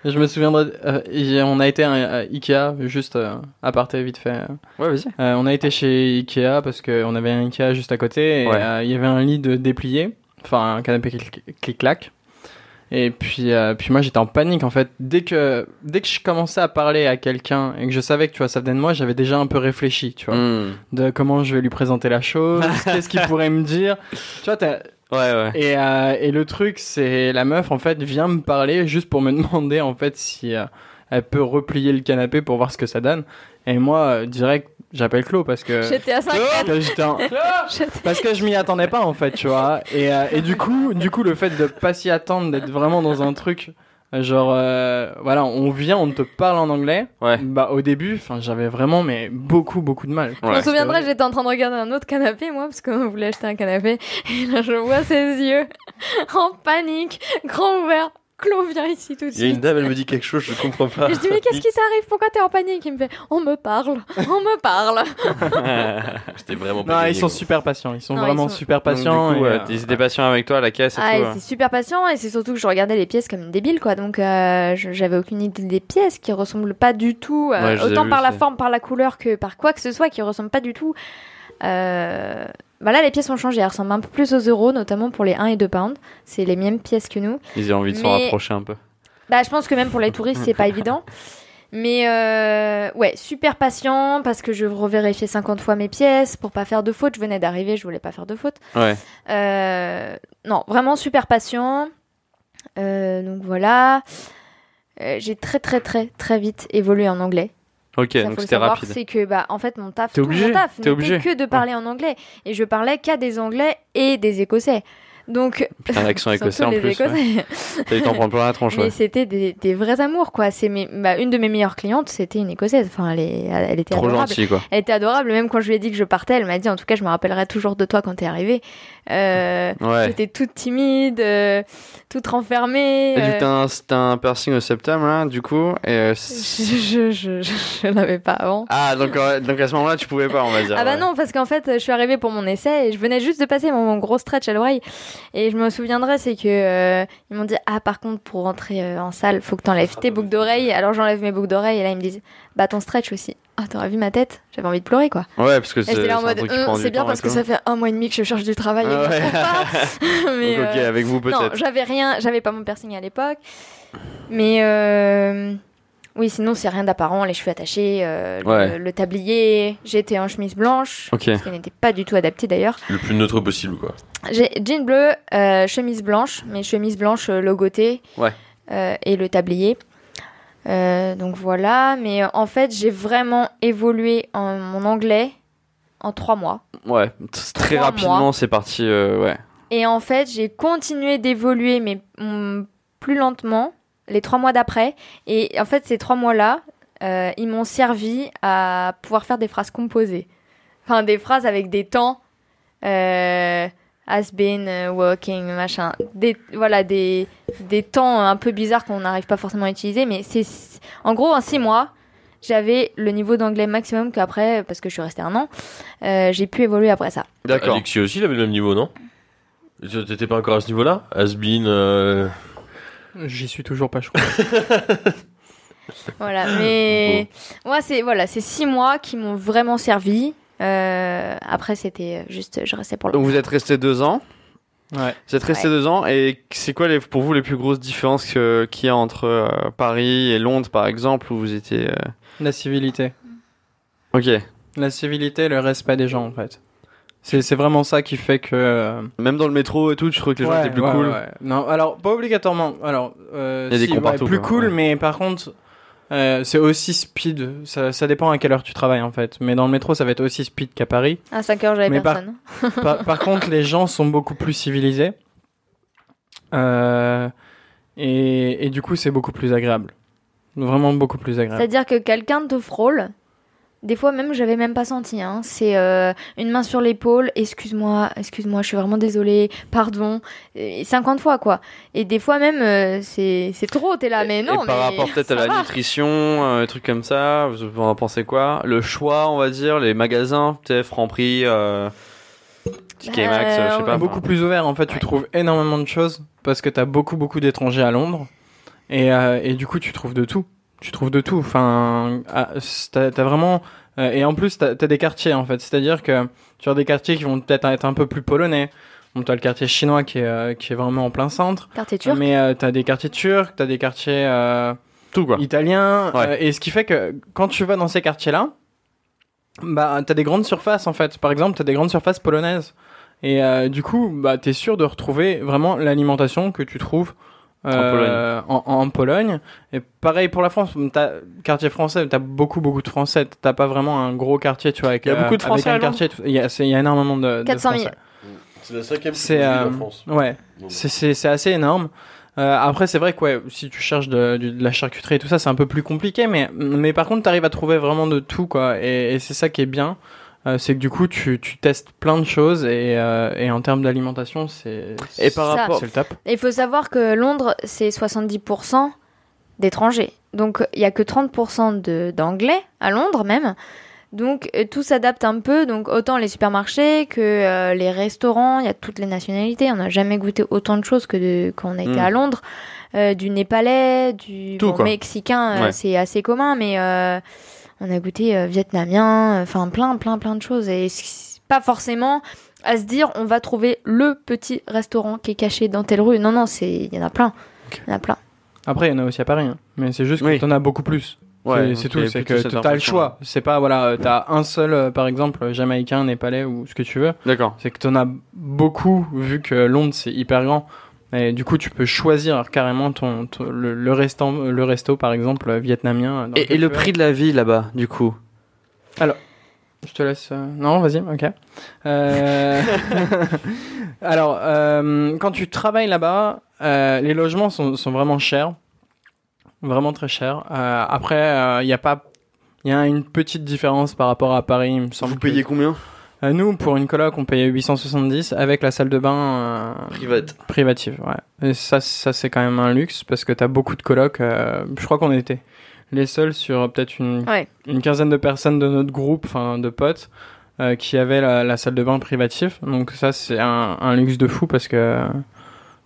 [SPEAKER 4] je me souviendrai. euh, et on a été à, à Ikea, juste euh, à parté vite fait.
[SPEAKER 1] ouais, vas-y.
[SPEAKER 4] Euh, on a été chez Ikea parce qu'on avait un Ikea juste à côté et
[SPEAKER 1] Ouais.
[SPEAKER 4] euh, il y avait un lit de déplié, enfin un canapé clic- clic-clac. Et puis, euh, puis moi j'étais en panique en fait. Dès que, dès que je commençais à parler à quelqu'un et que je savais que tu vois, ça venait de moi, j'avais déjà un peu réfléchi, tu vois,
[SPEAKER 1] Hmm.
[SPEAKER 4] de comment je vais lui présenter la chose, qu'est-ce qu'il pourrait me dire. Tu vois, t'as-
[SPEAKER 1] Ouais, [laughs] ouais.
[SPEAKER 4] et, euh, et le truc, c'est la meuf, en fait, vient me parler juste pour me [laughs] demander, en fait, si euh, elle peut replier le canapé pour voir ce que ça donne. Et moi, euh, direct, j'appelle Claude parce
[SPEAKER 1] Euh.
[SPEAKER 4] que.
[SPEAKER 2] J'étais
[SPEAKER 1] [laughs]
[SPEAKER 2] à 5
[SPEAKER 4] [laughs] Parce que j'étais en- Parce que je m'y attendais pas, en fait, tu vois. Et, euh, et du coup, du coup, le fait de pas s'y attendre, d'être vraiment dans un truc. euh, Genre, euh, voilà, on vient, on te parle en anglais.
[SPEAKER 1] Ouais.
[SPEAKER 4] Bah, au début, enfin, j'avais vraiment, mais beaucoup, beaucoup de mal.
[SPEAKER 2] Je
[SPEAKER 1] Ouais.
[SPEAKER 2] m'en souviendrai,
[SPEAKER 4] c'est vrai.
[SPEAKER 2] j'étais en train de regarder un autre canapé, moi, parce qu'on voulait acheter un canapé. [laughs] Et là, je vois ses yeux [laughs] en panique, grand ouvert. Claude vient ici tout de
[SPEAKER 3] Il y a
[SPEAKER 2] suite.
[SPEAKER 3] une dame, elle me dit quelque chose, je comprends pas.
[SPEAKER 2] Et je dis, mais qu'est-ce qui t'arrive Pourquoi t'es en panique Il me fait, on me parle, on me
[SPEAKER 1] [laughs]
[SPEAKER 2] parle.
[SPEAKER 3] [laughs] C'était vraiment pas
[SPEAKER 4] Non, ils
[SPEAKER 3] gagné,
[SPEAKER 4] sont
[SPEAKER 3] quoi.
[SPEAKER 4] super patients. Ils sont
[SPEAKER 2] Non, ils
[SPEAKER 4] vraiment
[SPEAKER 2] sont-
[SPEAKER 4] super
[SPEAKER 1] Donc, du
[SPEAKER 4] patients.
[SPEAKER 1] coup,
[SPEAKER 4] et,
[SPEAKER 1] euh,
[SPEAKER 4] euh,
[SPEAKER 1] ils étaient patients avec toi à la caisse et
[SPEAKER 2] Ah,
[SPEAKER 1] tout.
[SPEAKER 2] et
[SPEAKER 1] ouais.
[SPEAKER 2] c'est super patient, et c'est surtout que je regardais les pièces comme une débile, quoi. Donc, euh, je- j'avais aucune idée des pièces qui ressemblent pas du tout, euh,
[SPEAKER 1] Ouais, je les ai
[SPEAKER 2] autant
[SPEAKER 1] vues
[SPEAKER 2] par la
[SPEAKER 1] aussi.
[SPEAKER 2] forme, par la couleur que par quoi que ce soit, qui ressemblent pas du tout. Euh... Bah là, les pièces ont changé, elles ressemblent un peu plus aux euros, notamment pour les 1 et 2 pounds. C'est les mêmes pièces que nous.
[SPEAKER 1] Ils ont envie de s'en
[SPEAKER 2] Mais-
[SPEAKER 1] rapprocher un peu.
[SPEAKER 2] Bah, je pense que même pour les touristes,
[SPEAKER 1] [laughs]
[SPEAKER 2] c'est pas évident. Mais euh, ouais, super patient parce que je revérifiais 50 fois mes pièces pour pas faire de faute. Je venais d'arriver, je voulais pas faire de faute.
[SPEAKER 1] Ouais.
[SPEAKER 2] Euh, non, vraiment super patient. Euh, donc voilà. Euh, j'ai très très très très vite évolué en anglais.
[SPEAKER 1] Ok,
[SPEAKER 2] Ça, faut
[SPEAKER 1] donc
[SPEAKER 2] le
[SPEAKER 1] c'était
[SPEAKER 2] savoir,
[SPEAKER 1] rapide.
[SPEAKER 2] C'est que bah en fait mon taf,
[SPEAKER 1] T'es
[SPEAKER 2] tout
[SPEAKER 1] obligé,
[SPEAKER 2] mon taf
[SPEAKER 1] t'es
[SPEAKER 2] n'était
[SPEAKER 1] obligé.
[SPEAKER 2] que de parler en anglais et je parlais qu'à des anglais et des écossais. Donc
[SPEAKER 1] Putain, l'accent
[SPEAKER 2] [laughs] surtout
[SPEAKER 1] écossais en
[SPEAKER 2] les
[SPEAKER 1] plus.
[SPEAKER 2] Écossais.
[SPEAKER 1] ouais. T'as eu t'en prendre plein la tronche,
[SPEAKER 2] Mais
[SPEAKER 1] ouais.
[SPEAKER 2] c'était des, des vrais amours, quoi. C'est mes- bah, une de mes meilleures clientes, c'était une Écossaise. Enfin, elle, est- elle, elle était
[SPEAKER 1] Trop
[SPEAKER 2] adorable.
[SPEAKER 1] gentil, quoi.
[SPEAKER 2] Elle était adorable. Même quand je lui ai dit que je partais, elle m'a dit, en tout cas, je me rappellerai toujours de toi quand t'es arrivée. Euh,
[SPEAKER 1] Ouais.
[SPEAKER 2] J'étais toute timide, euh, toute renfermée.
[SPEAKER 1] Et du
[SPEAKER 2] euh,
[SPEAKER 1] coup, t'as un, t'as un piercing au septembre, là, du coup. Et euh, c'est-
[SPEAKER 2] je je, je, je, je l'avais pas avant.
[SPEAKER 1] Ah, donc, euh, donc à ce moment-là, tu pouvais pas, on va dire.
[SPEAKER 2] Ah bah
[SPEAKER 1] ouais.
[SPEAKER 2] non, parce qu'en fait, je suis arrivée pour mon essai et je venais juste de passer mon, mon gros stretch à l'oreille. Et je me souviendrai, c'est que euh, ils m'ont dit ah par contre pour rentrer euh, en salle, faut que
[SPEAKER 1] Ah,
[SPEAKER 2] t'enlèves tes boucles d'oreilles. Alors j'enlève mes boucles d'oreilles et là ils me disent bah ton stretch aussi. Ah t'aurais vu ma tête J'avais envie de pleurer quoi.
[SPEAKER 1] Ouais, parce que
[SPEAKER 2] Et
[SPEAKER 1] c'est
[SPEAKER 2] j'étais
[SPEAKER 1] c'est
[SPEAKER 2] là en
[SPEAKER 1] un
[SPEAKER 2] mode
[SPEAKER 1] truc qui
[SPEAKER 2] Hum,
[SPEAKER 1] prend
[SPEAKER 2] c'est
[SPEAKER 1] du
[SPEAKER 2] bien
[SPEAKER 1] temps et
[SPEAKER 2] parce que
[SPEAKER 1] tout.
[SPEAKER 2] ça fait un mois et demi que je cherche du travail. et que
[SPEAKER 1] Ah ouais.
[SPEAKER 2] je trouve
[SPEAKER 1] [laughs]
[SPEAKER 2] pas. [laughs] Mais,
[SPEAKER 1] Donc, ok,
[SPEAKER 2] euh,
[SPEAKER 1] avec vous
[SPEAKER 2] non,
[SPEAKER 1] peut-être.
[SPEAKER 2] j'avais rien, j'avais pas mon piercing à l'époque. Mais euh, oui, sinon c'est rien d'apparent, les cheveux attachés, euh, le-
[SPEAKER 1] Ouais.
[SPEAKER 2] le, tablier. J'étais en chemise blanche,
[SPEAKER 1] Ok.
[SPEAKER 2] ce qui n'était pas du tout adapté d'ailleurs.
[SPEAKER 3] Le plus neutre possible, quoi.
[SPEAKER 2] J'ai jean bleu, euh, chemise blanche, mais chemise blanche euh, logotée.
[SPEAKER 1] Ouais.
[SPEAKER 2] Euh, et le tablier. Euh, donc voilà, mais euh, en fait j'ai vraiment évolué en mon anglais en trois mois.
[SPEAKER 1] Ouais, t- très
[SPEAKER 2] Trois
[SPEAKER 1] rapidement,
[SPEAKER 2] mois.
[SPEAKER 1] c'est parti, euh, ouais.
[SPEAKER 2] Et en fait, j'ai continué d'évoluer, mais mm, plus lentement, les trois mois d'après. Et en fait, ces trois mois-là, euh, ils m'ont servi à pouvoir faire des phrases composées. Enfin, des phrases avec des temps. Euh, has been, euh, walking, machin. Des, voilà, des, des temps un peu bizarres qu'on n'arrive pas forcément à utiliser. Mais c'est. En gros, en six mois, j'avais le niveau d'anglais maximum qu'après, parce que je suis restée un an, euh, j'ai pu évoluer après ça.
[SPEAKER 1] D'accord.
[SPEAKER 3] Alexis aussi, il avait le même niveau, non T'étais pas encore à ce niveau-là Asbin, euh...
[SPEAKER 4] J'y suis
[SPEAKER 1] [laughs]
[SPEAKER 4] toujours pas, je crois.
[SPEAKER 2] Voilà,
[SPEAKER 1] Ah,
[SPEAKER 2] mais moi, c'est voilà, c'est six mois qui m'ont vraiment servi. Euh, après, c'était juste, je restais pour le.
[SPEAKER 1] Donc vous êtes resté deux ans.
[SPEAKER 4] Ouais.
[SPEAKER 1] Vous êtes resté
[SPEAKER 2] Ouais.
[SPEAKER 1] deux ans et c'est quoi les, pour vous les plus grosses différences que- qu'il y a entre euh, Paris et Londres par exemple où vous étiez. euh,
[SPEAKER 4] La civilité.
[SPEAKER 1] Ok.
[SPEAKER 4] La civilité, le respect des gens, en fait. C'est c'est vraiment ça qui fait que. euh,
[SPEAKER 1] Même dans le métro et tout, je trouvais que les gens
[SPEAKER 4] ouais,
[SPEAKER 1] étaient plus
[SPEAKER 4] ouais,
[SPEAKER 1] cool.
[SPEAKER 4] ouais. Non, alors pas obligatoirement. Alors, euh,
[SPEAKER 1] Il y a des
[SPEAKER 4] si,
[SPEAKER 1] cons
[SPEAKER 4] ouais,
[SPEAKER 1] partout,
[SPEAKER 4] plus
[SPEAKER 1] quoi,
[SPEAKER 4] cool,
[SPEAKER 1] ouais.
[SPEAKER 4] mais par contre, euh, c'est aussi speed. Ça, ça dépend à quelle heure tu travailles en fait. Mais dans le métro, ça va être aussi speed
[SPEAKER 1] [laughs]
[SPEAKER 4] qu'à Paris.
[SPEAKER 2] À 5 heures, j'avais
[SPEAKER 4] Mais par-
[SPEAKER 2] personne.
[SPEAKER 4] par, par contre, les gens sont beaucoup plus civilisés. Euh, et, et du coup, c'est beaucoup plus agréable. Vraiment beaucoup plus
[SPEAKER 1] Ah.
[SPEAKER 4] agréable.
[SPEAKER 2] C'est-à-dire que quelqu'un te frôle. Des fois même, j'avais même pas senti. Hein. C'est euh, une main sur l'épaule, excuse-moi, excuse-moi, je suis vraiment désolée, pardon. Et 50 fois quoi. Et des fois même, euh, c'est c'est trop, t'es là, Ah, mais
[SPEAKER 1] Et-
[SPEAKER 2] non.
[SPEAKER 1] et par
[SPEAKER 2] mais
[SPEAKER 1] rapport peut-être à
[SPEAKER 2] ça
[SPEAKER 1] la
[SPEAKER 2] va.
[SPEAKER 1] nutrition, euh, des trucs comme ça, vous vous en pensez quoi Le choix, on va dire, les magasins, peut-être Franprix, euh, Ticket
[SPEAKER 2] Bah,
[SPEAKER 1] Max, euh, je sais
[SPEAKER 2] ouais.
[SPEAKER 1] pas.
[SPEAKER 4] Ah, beaucoup plus ouvert, en fait, tu
[SPEAKER 2] Ouais.
[SPEAKER 4] trouves énormément de choses parce que t'as beaucoup, beaucoup d'étrangers à Londres. Et, euh, et du coup, tu trouves de tout. Tu trouves de tout. Enfin, ah, c'est- t'as t'as vraiment. euh, et en plus, t'as t'as des quartiers, en fait. C'est-à-dire que tu as des quartiers qui vont peut-être être un peu plus polonais. Donc, t'as le quartier chinois qui est, euh, qui est vraiment en plein centre.
[SPEAKER 2] Quartier
[SPEAKER 1] Ah,
[SPEAKER 2] turc.
[SPEAKER 4] Mais euh, t'as des quartiers turcs, t'as des quartiers. euh,
[SPEAKER 1] tout quoi.
[SPEAKER 4] italien.
[SPEAKER 1] Ouais.
[SPEAKER 4] euh, et ce qui fait que quand tu vas dans ces quartiers-là, bah, t'as des grandes surfaces en fait. Par exemple, t'as des grandes surfaces polonaises. Et euh, du coup, bah, t'es sûr de retrouver vraiment l'alimentation que tu trouves euh, en, en Pologne. Et pareil pour la France. T'as quartier français, t'as beaucoup, beaucoup de Français. T'as pas vraiment un gros quartier, tu vois. Avec,
[SPEAKER 1] Il y a beaucoup de
[SPEAKER 4] euh, avec
[SPEAKER 1] Français à
[SPEAKER 4] un
[SPEAKER 1] Londres
[SPEAKER 4] quartier, tout- Il y, a- c'est- il y a énormément de, de
[SPEAKER 2] 400 000.
[SPEAKER 4] Français.
[SPEAKER 3] C'est la cinquième
[SPEAKER 4] C'est,
[SPEAKER 3] plus grande ville
[SPEAKER 4] euh,
[SPEAKER 3] en France.
[SPEAKER 4] Ouais.
[SPEAKER 3] Donc,
[SPEAKER 4] C'est- C'est c'est assez énorme. Euh, après, c'est vrai que ouais, si tu cherches de, du- de la charcuterie et tout ça, c'est un peu plus compliqué, mais, mais par contre, t'arrives à trouver vraiment de tout, quoi. Et, et c'est ça qui est bien. Euh, c'est que du coup, tu, tu testes plein de choses et, euh, et en termes d'alimentation, c'est
[SPEAKER 1] Et par
[SPEAKER 2] Ça.
[SPEAKER 1] rapport.
[SPEAKER 4] c'est le top.
[SPEAKER 2] Et Il faut savoir que Londres, c'est 70% d'étrangers. Donc, il n'y a que 30% de- d'anglais, à Londres même. Donc, euh, tout s'adapte un peu. Donc, autant les supermarchés que euh, les restaurants, il y a toutes les nationalités. On n'a jamais goûté autant de choses que de- quand on a été
[SPEAKER 1] Mm.
[SPEAKER 2] à Londres. Euh, du népalais, du
[SPEAKER 1] Tout, quoi.
[SPEAKER 2] mexicain, euh,
[SPEAKER 1] Ouais.
[SPEAKER 2] c'est assez commun, mais euh, on a goûté euh, vietnamien, enfin plein, plein, plein de choses. Et c'est pas forcément à se dire on va trouver le petit restaurant qui est caché dans telle rue. Non, non, c'est il y en a plein.
[SPEAKER 4] Ok.
[SPEAKER 2] Il y en a plein.
[SPEAKER 4] Après, il y en a aussi à Paris, hein. mais c'est juste que
[SPEAKER 1] Oui.
[SPEAKER 4] t'en as beaucoup plus.
[SPEAKER 1] Ouais,
[SPEAKER 4] C'est- c'est
[SPEAKER 1] donc il y
[SPEAKER 4] tout,
[SPEAKER 1] a
[SPEAKER 4] c'est
[SPEAKER 1] plutôt
[SPEAKER 4] que
[SPEAKER 1] cette
[SPEAKER 4] t'as le
[SPEAKER 1] impression.
[SPEAKER 4] choix. C'est pas, voilà, euh, t'as un seul, euh, par exemple, jamaïcain, népalais ou ce que tu veux.
[SPEAKER 1] D'accord.
[SPEAKER 4] C'est que t'en as beaucoup, vu que Londres c'est hyper grand. Et du coup, tu peux choisir carrément ton, ton- le, le, restant, le resto, par exemple, euh, vietnamien. dans
[SPEAKER 1] Et,
[SPEAKER 4] lequel
[SPEAKER 1] et le
[SPEAKER 4] tu vas.
[SPEAKER 1] prix de la vie là-bas, du coup
[SPEAKER 4] Je te laisse. euh, Non, vas-y, ok. Euh, [laughs] Alors, euh, quand tu travailles là-bas, euh, les logements sont, sont vraiment chers. Vraiment très chers. Euh, après, euh, il y a pas. Il y a une petite différence par rapport à Paris, il me semble.
[SPEAKER 1] Vous
[SPEAKER 4] que-
[SPEAKER 1] payez combien
[SPEAKER 4] Euh, Nous, pour une coloc, on payait 870 avec la salle de bain euh,
[SPEAKER 1] Private.
[SPEAKER 4] Privative, ouais. Et ça, ça c'est quand même un luxe parce que t'as beaucoup de colocs. euh, je crois qu'on était les seuls sur euh, peut-être une,
[SPEAKER 2] Ouais.
[SPEAKER 4] une quinzaine de personnes de notre groupe, enfin de potes, euh, qui avaient la, la salle de bain privative. Donc ça, c'est un, un luxe de fou parce que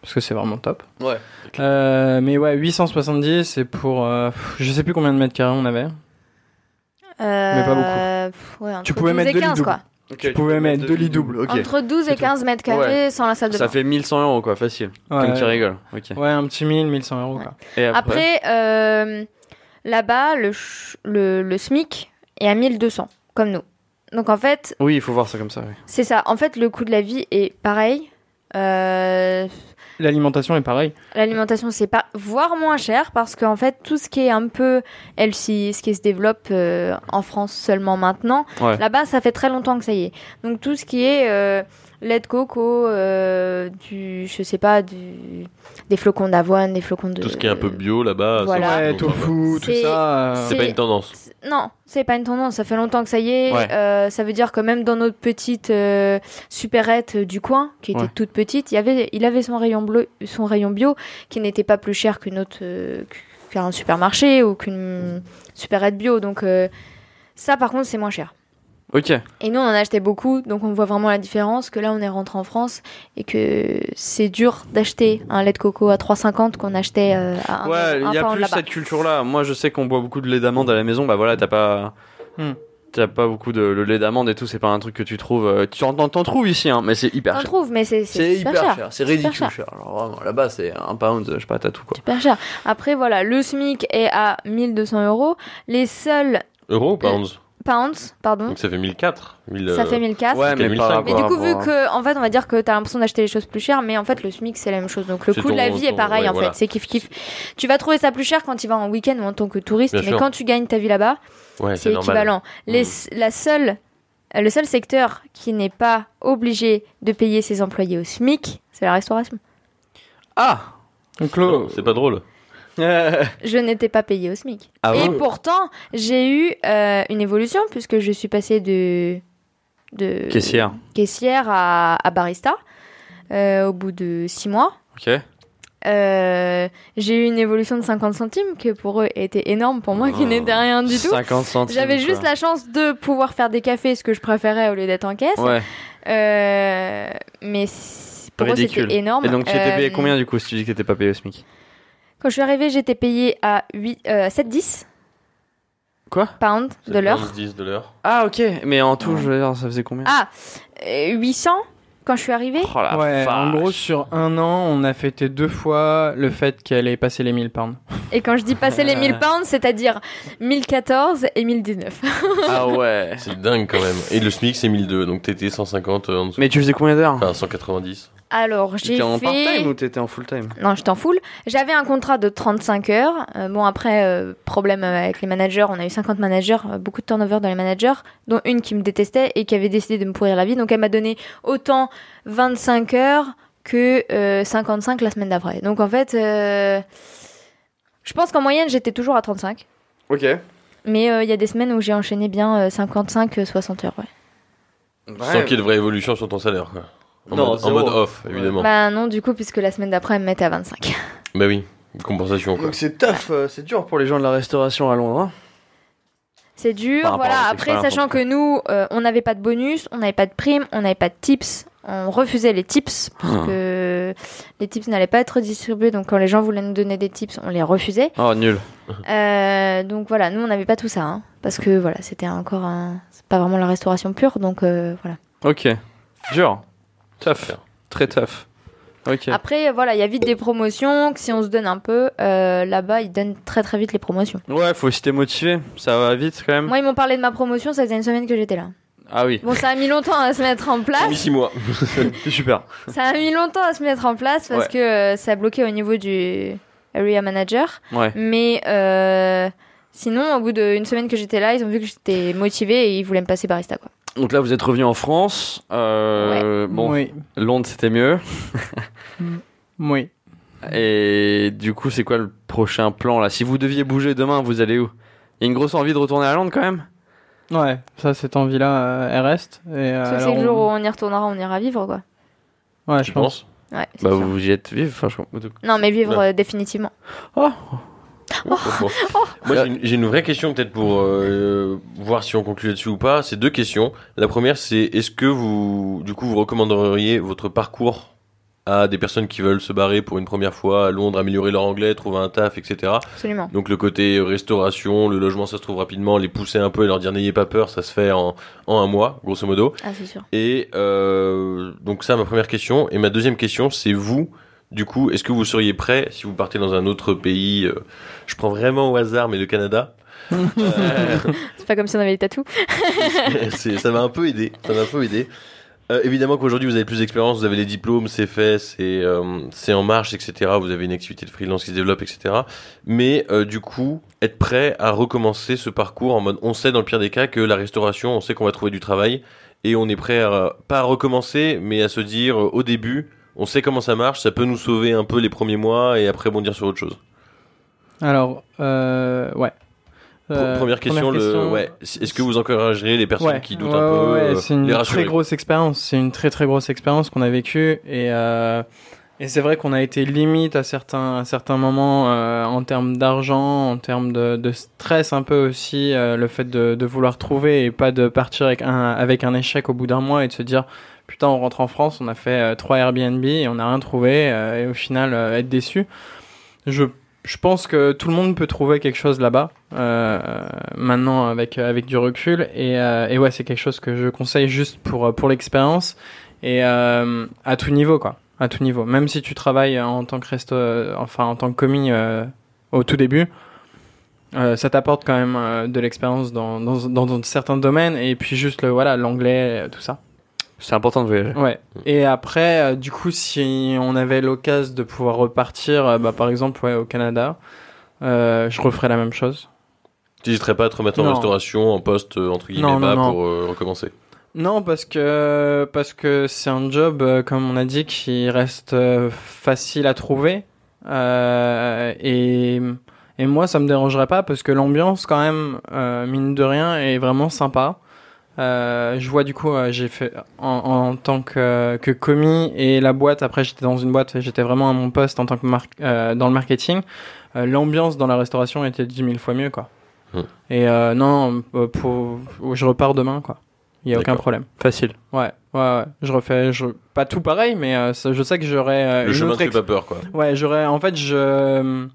[SPEAKER 4] parce que c'est vraiment top.
[SPEAKER 1] Ouais.
[SPEAKER 4] Euh, mais ouais, 870, c'est pour euh, pff, je sais plus combien de mètres carrés on avait.
[SPEAKER 2] Euh,
[SPEAKER 4] pas
[SPEAKER 2] pff, ouais, entre
[SPEAKER 4] Tu pouvais
[SPEAKER 2] 12
[SPEAKER 4] mettre
[SPEAKER 2] et
[SPEAKER 4] deux lits
[SPEAKER 2] 15, quoi.
[SPEAKER 1] Tu
[SPEAKER 4] pouvais mettre deux lits doubles.
[SPEAKER 1] Ok.
[SPEAKER 2] Entre 12 et
[SPEAKER 1] C'est tout.
[SPEAKER 2] 15 mètres carrés sans la salle de
[SPEAKER 1] Ça
[SPEAKER 2] bain.
[SPEAKER 1] fait 1100 euros quoi, facile. Comme
[SPEAKER 4] Ouais.
[SPEAKER 1] tu rigoles. Ok.
[SPEAKER 4] Ouais, un petit 1000, 1100 euros.
[SPEAKER 2] Ouais.
[SPEAKER 4] quoi.
[SPEAKER 1] Et après,
[SPEAKER 2] Après, euh, là-bas, le, ch- le, le SMIC est à 1200, comme nous. Donc en fait,
[SPEAKER 1] Oui, il faut voir ça comme ça. ouais.
[SPEAKER 2] c'est ça. En fait, le coût de la vie est pareil. Euh,
[SPEAKER 4] L'alimentation est pareil.
[SPEAKER 2] L'alimentation, c'est pas voire moins cher parce qu'en fait, tout ce qui est un peu healthy, ce qui se développe euh, en France seulement maintenant,
[SPEAKER 1] Ouais.
[SPEAKER 2] là-bas, ça fait très longtemps que ça y est. Donc, tout ce qui est euh, lait de coco, euh, du, je sais pas, du, des flocons d'avoine, des flocons de.
[SPEAKER 3] Tout ce qui est un peu bio là-bas. ça
[SPEAKER 2] Voilà.
[SPEAKER 3] marche.
[SPEAKER 4] Ouais,
[SPEAKER 3] Donc, ça va.
[SPEAKER 4] tofu, tout
[SPEAKER 2] C'est-
[SPEAKER 4] ça. euh,
[SPEAKER 3] C'est pas une tendance.
[SPEAKER 2] C'est- Non, c'est pas une tendance, ça fait longtemps que ça y est.
[SPEAKER 1] Ouais.
[SPEAKER 2] Euh, ça veut dire que même dans notre petite euh, supérette euh, du coin, qui était
[SPEAKER 1] Ouais.
[SPEAKER 2] toute petite, il, y avait, il avait son rayon, bleu, son rayon bio qui n'était pas plus cher qu'une autre, euh, qu'un supermarché ou qu'une supérette bio. Donc euh, ça, par contre, c'est moins cher.
[SPEAKER 1] Ok.
[SPEAKER 2] Et nous, on en achetait beaucoup, donc on voit vraiment la différence que là, on est rentré en France et que c'est dur d'acheter un lait de coco à 3,50 qu'on achetait euh, à un,
[SPEAKER 1] Ouais,
[SPEAKER 2] un
[SPEAKER 1] il y a
[SPEAKER 2] pound
[SPEAKER 1] plus
[SPEAKER 2] là-bas.
[SPEAKER 1] cette culture-là. Moi, je sais qu'on boit beaucoup de lait d'amande à la maison. Bah voilà, t'as pas.
[SPEAKER 4] Hmm.
[SPEAKER 1] T'as pas beaucoup de le lait d'amande et tout, c'est pas un truc que tu trouves. euh, Tu en, t'en trouves ici, hein, mais c'est hyper
[SPEAKER 2] T'en
[SPEAKER 1] cher.
[SPEAKER 2] trouves, mais c'est
[SPEAKER 1] C'est
[SPEAKER 2] c'est
[SPEAKER 1] hyper
[SPEAKER 2] super
[SPEAKER 1] cher,
[SPEAKER 2] cher.
[SPEAKER 1] c'est
[SPEAKER 2] super
[SPEAKER 1] ridicule cher.
[SPEAKER 2] cher.
[SPEAKER 1] Alors vraiment, là-bas, c'est un pound, je sais pas, t'as tout quoi.
[SPEAKER 2] super cher. Après, voilà, le SMIC est à 1200 euros. Les seuls,
[SPEAKER 3] Euro ou pounds
[SPEAKER 2] pounds, pardon.
[SPEAKER 3] Donc ça fait 1004. 1000,
[SPEAKER 2] Euh, Ça
[SPEAKER 3] euh,
[SPEAKER 2] fait 1004.
[SPEAKER 3] Ouais, mais par
[SPEAKER 2] Ah, Mais du coup, vu que, en fait, on va dire que t'as l'impression d'acheter les choses plus chères, mais en fait, le SMIC, c'est la même chose. Donc, le
[SPEAKER 3] C'est
[SPEAKER 2] coût de la
[SPEAKER 3] ton-
[SPEAKER 2] vie est
[SPEAKER 3] ton-
[SPEAKER 2] pareil,
[SPEAKER 3] ouais,
[SPEAKER 2] en
[SPEAKER 3] voilà.
[SPEAKER 2] fait. C'est kiff-kiff. Tu vas trouver ça plus cher quand tu vas en week-end ou en tant que touriste,
[SPEAKER 3] Bien
[SPEAKER 2] mais
[SPEAKER 3] sûr.
[SPEAKER 2] quand tu gagnes ta vie là-bas,
[SPEAKER 3] euh, ouais,
[SPEAKER 2] c'est équivalent.
[SPEAKER 3] Mm.
[SPEAKER 2] Les- la seule, euh, le seul secteur qui n'est pas obligé de payer ses employés au SMIC, c'est la restauration.
[SPEAKER 1] Ah
[SPEAKER 4] Donc,
[SPEAKER 3] Non,
[SPEAKER 4] Clo,
[SPEAKER 3] Oh, C'est pas drôle.
[SPEAKER 1] Euh,
[SPEAKER 2] Je n'étais pas payée au SMIC.
[SPEAKER 1] Ah
[SPEAKER 2] Et
[SPEAKER 1] bon
[SPEAKER 2] pourtant, j'ai eu euh, une évolution puisque je suis passée de, de
[SPEAKER 1] Caissière.
[SPEAKER 2] caissière à, à barista euh, au bout de six mois.
[SPEAKER 1] Ok.
[SPEAKER 2] Euh, j'ai eu une évolution de 50 centimes qui pour eux était énorme, pour moi qui
[SPEAKER 3] Oh.
[SPEAKER 2] n'était rien du tout.
[SPEAKER 1] 50 centimes.
[SPEAKER 2] J'avais juste
[SPEAKER 1] quoi.
[SPEAKER 2] la chance de pouvoir faire des cafés, ce que je préférais au lieu d'être en caisse.
[SPEAKER 1] Ouais.
[SPEAKER 2] Euh, mais c- pour moi,
[SPEAKER 1] Ridicule.
[SPEAKER 2] c'était énorme.
[SPEAKER 1] Et donc tu étais
[SPEAKER 2] Euh,
[SPEAKER 1] payé combien du coup si tu dis que t'étais pas payé au SMIC
[SPEAKER 2] Quand je suis arrivée, j'étais payée à 8, euh, 7,10
[SPEAKER 1] Quoi
[SPEAKER 2] pounds de l'heure.
[SPEAKER 3] 10 de l'heure.
[SPEAKER 1] Ah ok, mais en tout, je veux dire, ça faisait combien
[SPEAKER 2] Ah, euh, 800 quand je suis arrivée.
[SPEAKER 1] Oh la
[SPEAKER 4] ouais, en
[SPEAKER 1] vache.
[SPEAKER 4] gros, sur un an, on a fêté deux fois le fait qu'elle ait passé les 1000 pounds.
[SPEAKER 2] Et quand je dis passer les 1000 pounds, c'est-à-dire 1014 et 1019.
[SPEAKER 1] Ah ouais.
[SPEAKER 3] C'est dingue quand même. Et le SMIC c'est 1002, donc t'étais 150 euh, en dessous.
[SPEAKER 1] Mais tu faisais combien d'heures
[SPEAKER 3] Enfin 190.
[SPEAKER 2] Alors, j'ai
[SPEAKER 1] T'étais en
[SPEAKER 2] fait...
[SPEAKER 1] part-time ou t'étais en full-time
[SPEAKER 2] Non, je t'en foule. J'avais un contrat de 35 heures. Euh, bon, après, euh, problème euh, avec les managers. On a eu 50 managers, euh, beaucoup de turnover dans les managers, dont une qui me détestait et qui avait décidé de me pourrir la vie. Donc, elle m'a donné autant 25 heures que euh, 55 la semaine d'après. Donc, en fait, euh, je pense qu'en moyenne, j'étais toujours à 35.
[SPEAKER 1] Ok.
[SPEAKER 2] Mais euh, il y a des semaines où j'ai enchaîné bien euh, 55-60 heures, ouais.
[SPEAKER 3] Sans qu'il y ait de vraie évolution sur ton salaire. quoi. En,
[SPEAKER 1] Non,
[SPEAKER 3] mode, en
[SPEAKER 1] zéro.
[SPEAKER 3] mode off, évidemment.
[SPEAKER 2] Bah non, du coup, puisque la semaine d'après, elle me mettait à 25.
[SPEAKER 3] Bah oui, une compensation quoi.
[SPEAKER 1] Donc c'est tough, euh, c'est dur pour les gens de la restauration à Londres. hein.
[SPEAKER 2] [laughs] C'est dur,
[SPEAKER 1] Par rapport à
[SPEAKER 2] voilà.
[SPEAKER 1] la
[SPEAKER 2] Après,
[SPEAKER 1] expérience, en
[SPEAKER 2] sachant
[SPEAKER 1] tout cas.
[SPEAKER 2] que nous, euh, on n'avait pas de bonus, on n'avait pas de prime, on n'avait pas de tips. On refusait les tips parce
[SPEAKER 1] Ah. Hum.
[SPEAKER 2] que les tips n'allaient pas être distribués. Donc, quand les gens voulaient nous donner des tips, on les refusait.
[SPEAKER 1] Oh nul.
[SPEAKER 2] Euh, donc voilà, nous, on n'avait pas tout ça, hein, parce que voilà, c'était encore un... c'est pas vraiment la restauration pure. Donc euh, voilà.
[SPEAKER 1] Ok. Dur. Tough. Très tough. Ok.
[SPEAKER 2] Après, euh, voilà, il y a vite des promotions. Que si on se donne un peu, euh, là-bas, ils donnent très très vite les promotions.
[SPEAKER 1] Ouais, faut si t'es motivé, ça va vite quand même.
[SPEAKER 2] Moi, ils m'ont parlé de ma promotion. Ça faisait une semaine que j'étais là.
[SPEAKER 1] Ah
[SPEAKER 2] [laughs]
[SPEAKER 1] oui,
[SPEAKER 2] Bon, ça a mis longtemps à se mettre en place.
[SPEAKER 3] Mis 6 mois.
[SPEAKER 1] c'est [laughs] super.
[SPEAKER 2] Ça a mis longtemps à se mettre en place parce
[SPEAKER 1] Ouais.
[SPEAKER 2] que euh, ça bloquait au niveau du area manager.
[SPEAKER 1] Ouais.
[SPEAKER 2] Mais euh, sinon, au bout d'une semaine que j'étais là, ils ont vu que j'étais motivée et ils voulaient me passer barista. Quoi.
[SPEAKER 1] Donc là, vous êtes revenu en France. Euh, Bon,
[SPEAKER 4] Oui.
[SPEAKER 1] Londres, c'était mieux.
[SPEAKER 4] Oui.
[SPEAKER 1] Et du coup, c'est quoi le prochain plan là Si vous deviez bouger demain, vous allez où Il y a une grosse envie de retourner à Londres quand même
[SPEAKER 4] Ouais, ça, cette envie-là, euh, elle reste. Et, euh,
[SPEAKER 2] Sauf que
[SPEAKER 4] alors,
[SPEAKER 2] c'est le jour
[SPEAKER 4] on-
[SPEAKER 2] où on y retournera, on ira vivre. Quoi.
[SPEAKER 4] Ouais,
[SPEAKER 3] Je
[SPEAKER 4] je
[SPEAKER 3] pense.
[SPEAKER 4] pense.
[SPEAKER 2] Ouais, c'est
[SPEAKER 1] Bah,
[SPEAKER 2] sûr.
[SPEAKER 1] vous y êtes vivre, franchement.
[SPEAKER 2] Non, mais vivre
[SPEAKER 3] Non.
[SPEAKER 2] euh, définitivement.
[SPEAKER 3] Bon. Moi, j'ai une- j'ai une vraie question peut-être pour euh, voir si on conclut là-dessus ou pas. C'est deux questions. La première, c'est est-ce que vous, du coup, vous recommanderiez votre parcours à des personnes qui veulent se barrer pour une première fois à Londres, améliorer leur anglais, trouver un taf, etc.
[SPEAKER 2] Absolument.
[SPEAKER 3] Donc le côté euh, restauration, le logement, ça se trouve rapidement, les pousser un peu et leur dire n'ayez pas peur, ça se fait en, en un mois, grosso modo.
[SPEAKER 2] Ah, c'est sûr.
[SPEAKER 3] Et euh, donc ça, ma première question. Et ma deuxième question, c'est vous, du coup, est-ce que vous seriez prêt, si vous partez dans un autre pays, euh, je prends vraiment au hasard, mais le Canada, Euh,
[SPEAKER 2] C'est pas comme si on avait les tatous.
[SPEAKER 3] [laughs] c'est- ça m'a un peu aidé. Ça m'a un peu aidé. Euh, évidemment qu'aujourd'hui vous avez plus d'expérience, vous avez les diplômes, c'est fait, c'est euh, c'est en marche, etc. Vous avez une activité de freelance qui se développe, etc. Mais euh, du coup, être prêt à recommencer ce parcours en mode, on sait dans le pire des cas que la restauration, on sait qu'on va trouver du travail et on est prêt à euh, pas à recommencer, mais à se dire euh, au début, on sait comment ça marche, ça peut nous sauver un peu les premiers mois et après bondir sur autre chose.
[SPEAKER 4] Alors, euh, ouais.
[SPEAKER 3] Pr-
[SPEAKER 4] Euh,
[SPEAKER 3] première question, le-
[SPEAKER 4] question-
[SPEAKER 3] ouais, est-ce que vous encouragerez les personnes
[SPEAKER 4] Ouais.
[SPEAKER 3] qui doutent
[SPEAKER 4] Ouais,
[SPEAKER 3] un peu,
[SPEAKER 4] ouais, ouais,
[SPEAKER 3] euh,
[SPEAKER 4] c'est une
[SPEAKER 3] les
[SPEAKER 4] très
[SPEAKER 3] rassurer
[SPEAKER 4] grosse expérience. C'est une très très grosse expérience qu'on a vécue et euh, et c'est vrai qu'on a été limite à certains à certains moments euh, en termes d'argent, en termes de, de stress un peu aussi, euh, le fait de, de vouloir trouver et pas de partir avec un avec un échec au bout d'un mois et de se dire putain on rentre en France, on a fait euh, trois Airbnb et on n'a rien trouvé euh, et au final euh, être déçu. Je je pense que tout le monde peut trouver quelque chose là-bas, euh, maintenant avec, avec du recul. Et, euh, et ouais, c'est quelque chose que je conseille juste pour, euh, pour l'expérience et euh, à tout niveau, quoi. À tout niveau. Même si tu travailles en tant que resto, euh, enfin en tant que commis euh, au tout début, euh, ça t'apporte quand même euh, de l'expérience dans, dans, dans, dans certains domaines et puis juste le voilà l'anglais euh, tout ça.
[SPEAKER 1] C'est important de voyager.
[SPEAKER 4] Ouais. Et après, euh, du coup, si on avait l'occasion de pouvoir repartir, euh, bah, par exemple, ouais, au Canada, euh, je referais la même chose.
[SPEAKER 3] T'hésiterais pas à te remettre en
[SPEAKER 4] Non.
[SPEAKER 3] restauration, en poste, euh, entre guillemets,
[SPEAKER 4] Non, non,
[SPEAKER 3] bas
[SPEAKER 4] non.
[SPEAKER 3] pour euh, recommencer.
[SPEAKER 4] Non, parce que parce que c'est un job, euh, comme on a dit, qui reste euh, facile à trouver. Euh, et et moi, ça me dérangerait pas parce que l'ambiance, quand même, euh, mine de rien, est vraiment sympa. Euh, je vois du coup, euh, j'ai fait en, en tant que, que commis et la boîte. Après, j'étais dans une boîte, j'étais vraiment à mon poste en tant que mar- euh, dans le marketing. Euh, L'ambiance dans la restauration était dix mille fois mieux, quoi.
[SPEAKER 3] Hmm.
[SPEAKER 4] Et euh, non, euh, pour, je repars demain, quoi. Il y a aucun
[SPEAKER 3] D'accord.
[SPEAKER 4] problème.
[SPEAKER 1] Facile.
[SPEAKER 4] Ouais, ouais, ouais. Je refais, je... pas tout pareil, mais euh, ça- je sais que j'aurais euh,
[SPEAKER 3] Le
[SPEAKER 4] une
[SPEAKER 3] chemin
[SPEAKER 4] autre
[SPEAKER 3] te fait
[SPEAKER 4] ex-
[SPEAKER 3] pas peur, quoi.
[SPEAKER 4] Ouais, j'aurais, en fait, je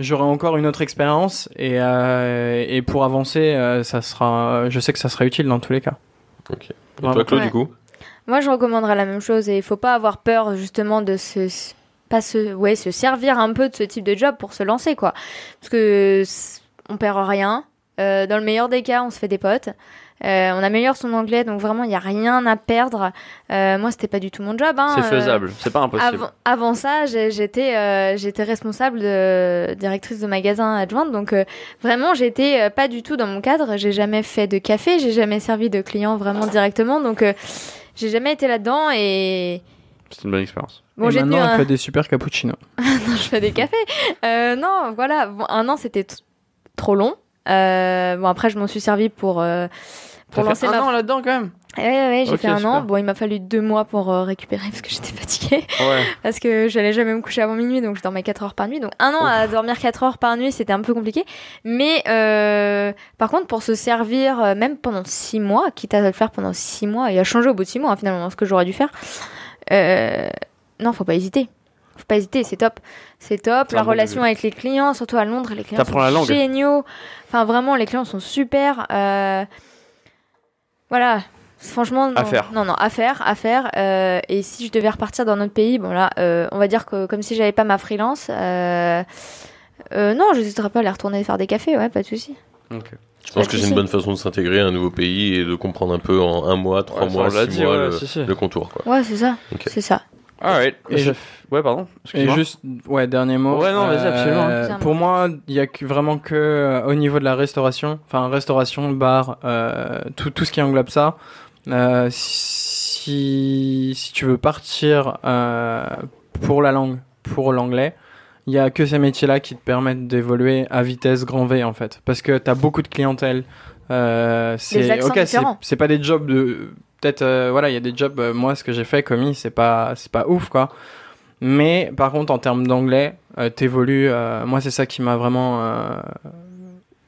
[SPEAKER 4] j'aurais encore une autre expérience et euh, et pour avancer, euh, ça sera, je sais que ça sera utile dans tous les cas.
[SPEAKER 3] Ok. Et
[SPEAKER 4] Vraiment.
[SPEAKER 3] toi, Claude,
[SPEAKER 2] Ouais.
[SPEAKER 3] du coup
[SPEAKER 2] Moi, je recommanderais la même chose et il faut pas avoir peur justement de se pas se ouais se servir un peu de ce type de job pour se lancer quoi, parce que c- on perd rien. Euh, dans le meilleur des cas, on se fait des potes. Euh, on améliore son anglais, donc vraiment il y a rien à perdre. Euh, moi, c'était pas du tout mon job. hein,
[SPEAKER 1] C'est
[SPEAKER 2] euh,
[SPEAKER 1] faisable. C'est pas impossible.
[SPEAKER 2] Avant, avant ça, j'ai- j'étais euh, j'étais responsable de directrice de magasin adjointe, donc euh, vraiment j'étais euh, pas du tout dans mon cadre. J'ai jamais fait de café, j'ai jamais servi de client vraiment directement, donc euh, j'ai jamais été là-dedans et
[SPEAKER 1] C'est une bonne expérience.
[SPEAKER 2] bon
[SPEAKER 4] et
[SPEAKER 2] j'ai hein. tenu
[SPEAKER 4] maintenant,
[SPEAKER 2] un
[SPEAKER 4] elle fait des super cappuccinos.
[SPEAKER 2] [laughs] je fais des cafés. Euh, non, voilà, Bon, un an c'était t- trop long. Euh, bon après je m'en suis servi pour euh, pour
[SPEAKER 4] T'as
[SPEAKER 2] lancer
[SPEAKER 4] fait
[SPEAKER 2] ma
[SPEAKER 4] un an là-dedans quand même.
[SPEAKER 2] Ouais, ouais, ouais, j'ai
[SPEAKER 1] Ok,
[SPEAKER 2] fait un an.
[SPEAKER 1] super.
[SPEAKER 2] Bon, il m'a fallu deux mois pour euh, récupérer parce que j'étais fatiguée.
[SPEAKER 1] Ouais.
[SPEAKER 2] parce que j'allais jamais me coucher avant minuit, donc je dormais 4 heures par nuit. Donc un an à dormir 4 heures par nuit, c'était un peu compliqué. Mais euh, par contre, pour se servir, euh, même pendant 6 mois, quitte à le faire pendant 6 mois, et à changer au bout de 6 mois, hein, finalement, ce que j'aurais dû faire, euh, non, faut pas hésiter. Faut pas hésiter, c'est top. C'est top.
[SPEAKER 1] C'est
[SPEAKER 2] La
[SPEAKER 1] un bon
[SPEAKER 2] relation
[SPEAKER 1] début.
[SPEAKER 2] avec les clients, surtout à Londres, les clients
[SPEAKER 1] T'apprends
[SPEAKER 2] sont
[SPEAKER 1] la langue.
[SPEAKER 2] géniaux. Enfin, vraiment, les clients sont super. euh, voilà. Franchement, non,
[SPEAKER 1] À faire.
[SPEAKER 2] non, non, à faire, à faire. euh, et si je devais repartir dans notre pays, bon là, euh, on va dire que comme si j'avais pas ma freelance, euh, euh, non, j'hésiterais pas à aller retourner faire des cafés, ouais, pas de souci.
[SPEAKER 1] Ok.
[SPEAKER 3] Je pense
[SPEAKER 2] Pas
[SPEAKER 3] que
[SPEAKER 2] de
[SPEAKER 3] c'est une
[SPEAKER 2] souci.
[SPEAKER 3] bonne façon de s'intégrer à un nouveau pays et de comprendre un peu en un mois, trois
[SPEAKER 1] Ouais, ça, on
[SPEAKER 3] mois,
[SPEAKER 1] l'a
[SPEAKER 3] six
[SPEAKER 1] dit,
[SPEAKER 3] mois
[SPEAKER 1] ouais,
[SPEAKER 3] le,
[SPEAKER 1] si, si.
[SPEAKER 3] le contour. Quoi.
[SPEAKER 2] Ouais, c'est ça,
[SPEAKER 3] Ok.
[SPEAKER 2] c'est ça.
[SPEAKER 1] Alright.
[SPEAKER 4] Et je-
[SPEAKER 1] Ouais, pardon.
[SPEAKER 4] Et
[SPEAKER 1] Excuse-moi.
[SPEAKER 4] juste, ouais, dernier mot. Euh,
[SPEAKER 1] Ouais, non, vas-y, absolument.
[SPEAKER 2] Clairement.
[SPEAKER 4] pour moi, il y a que- vraiment que euh, au niveau de la restauration, enfin restauration, bar, euh, tout, tout ce qui englobe ça. euh, si, si tu veux partir euh, pour la langue, pour l'anglais, il y a que ces métiers-là qui te permettent d'évoluer à vitesse grand V en fait, parce que t'as beaucoup de clientèle. Euh, c'est
[SPEAKER 2] accents
[SPEAKER 4] ok, c'est-
[SPEAKER 2] différents.
[SPEAKER 4] c'est pas des jobs de peut-être euh, voilà, il y a des jobs. euh, moi, ce que j'ai fait commis, c'est pas c'est pas ouf quoi. Mais par contre, en termes d'anglais, euh, t'évolues. euh, moi, c'est ça qui m'a vraiment euh,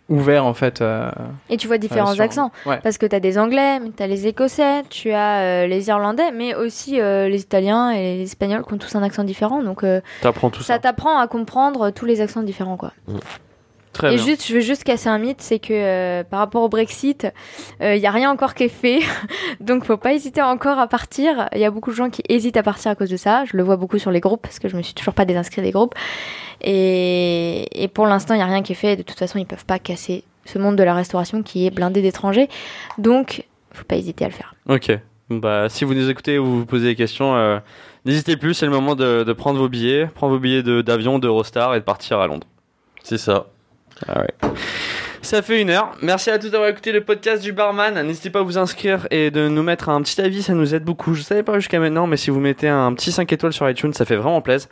[SPEAKER 4] ouvert en fait. euh,
[SPEAKER 2] Et tu vois différents
[SPEAKER 4] euh, sur-
[SPEAKER 2] accents.
[SPEAKER 4] Ouais.
[SPEAKER 2] Parce que t'as des Anglais, mais t'as les Écossais, tu as euh, les Irlandais, mais aussi euh, les Italiens et les Espagnols qui ont tous un accent différent. Donc euh,
[SPEAKER 1] T'apprends tout
[SPEAKER 2] ça
[SPEAKER 1] ça.
[SPEAKER 2] t'apprend à comprendre tous les accents différents, quoi.
[SPEAKER 1] Très
[SPEAKER 2] et
[SPEAKER 1] bien.
[SPEAKER 2] juste, je veux juste casser un mythe, c'est que euh, par rapport au Brexit, il y a rien encore qui est fait, [laughs] donc faut pas hésiter encore à partir. Il y a beaucoup de gens qui hésitent à partir à cause de ça. Je le vois beaucoup sur les groupes parce que je me suis toujours pas désinscrite des groupes. Et, et pour l'instant, il y a rien qui est fait. De toute façon, ils peuvent pas casser ce monde de la restauration qui est blindé d'étrangers, donc faut pas hésiter à le faire.
[SPEAKER 1] Ok. Bon, Bah, si vous nous écoutez ou vous vous posez des questions, euh, n'hésitez plus, c'est le moment de, de prendre vos billets, prendre vos billets de- d'avion, d'Eurostar et de partir à Londres.
[SPEAKER 3] C'est ça.
[SPEAKER 1] Ça fait une heure. Merci à tous d'avoir écouté le podcast du barman. N'hésitez pas à vous inscrire et de nous mettre un petit avis, ça nous aide beaucoup. Je savais pas jusqu'à maintenant, mais si vous mettez un petit 5 étoiles sur iTunes, ça fait vraiment plaisir.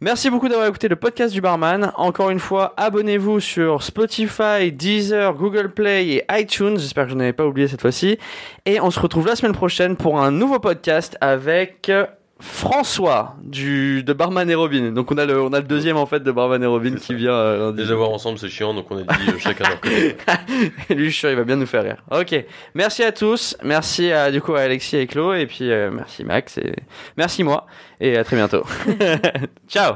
[SPEAKER 1] Merci beaucoup d'avoir écouté le podcast du barman. Encore une fois, abonnez-vous sur Spotify, Deezer, Google Play et iTunes. J'espère que je n'avais pas oublié cette fois-ci. Et on se retrouve la semaine prochaine pour un nouveau podcast avec euh, François du de Barman et Robin. Donc on a le on a le deuxième en fait de Barman et Robin
[SPEAKER 3] C'est ça.
[SPEAKER 1] qui vient euh, lundi.
[SPEAKER 3] Les avoir ensemble, c'est chiant, donc on a dit euh, chacun leur côté.
[SPEAKER 1] [laughs] Lui, je suis sûr, il va bien nous faire rire. Ok. Merci à tous. Merci à, du coup, à Alexis et Chlo. Et puis, euh, merci Max. Et... Merci moi. Et à très bientôt. [laughs] Ciao.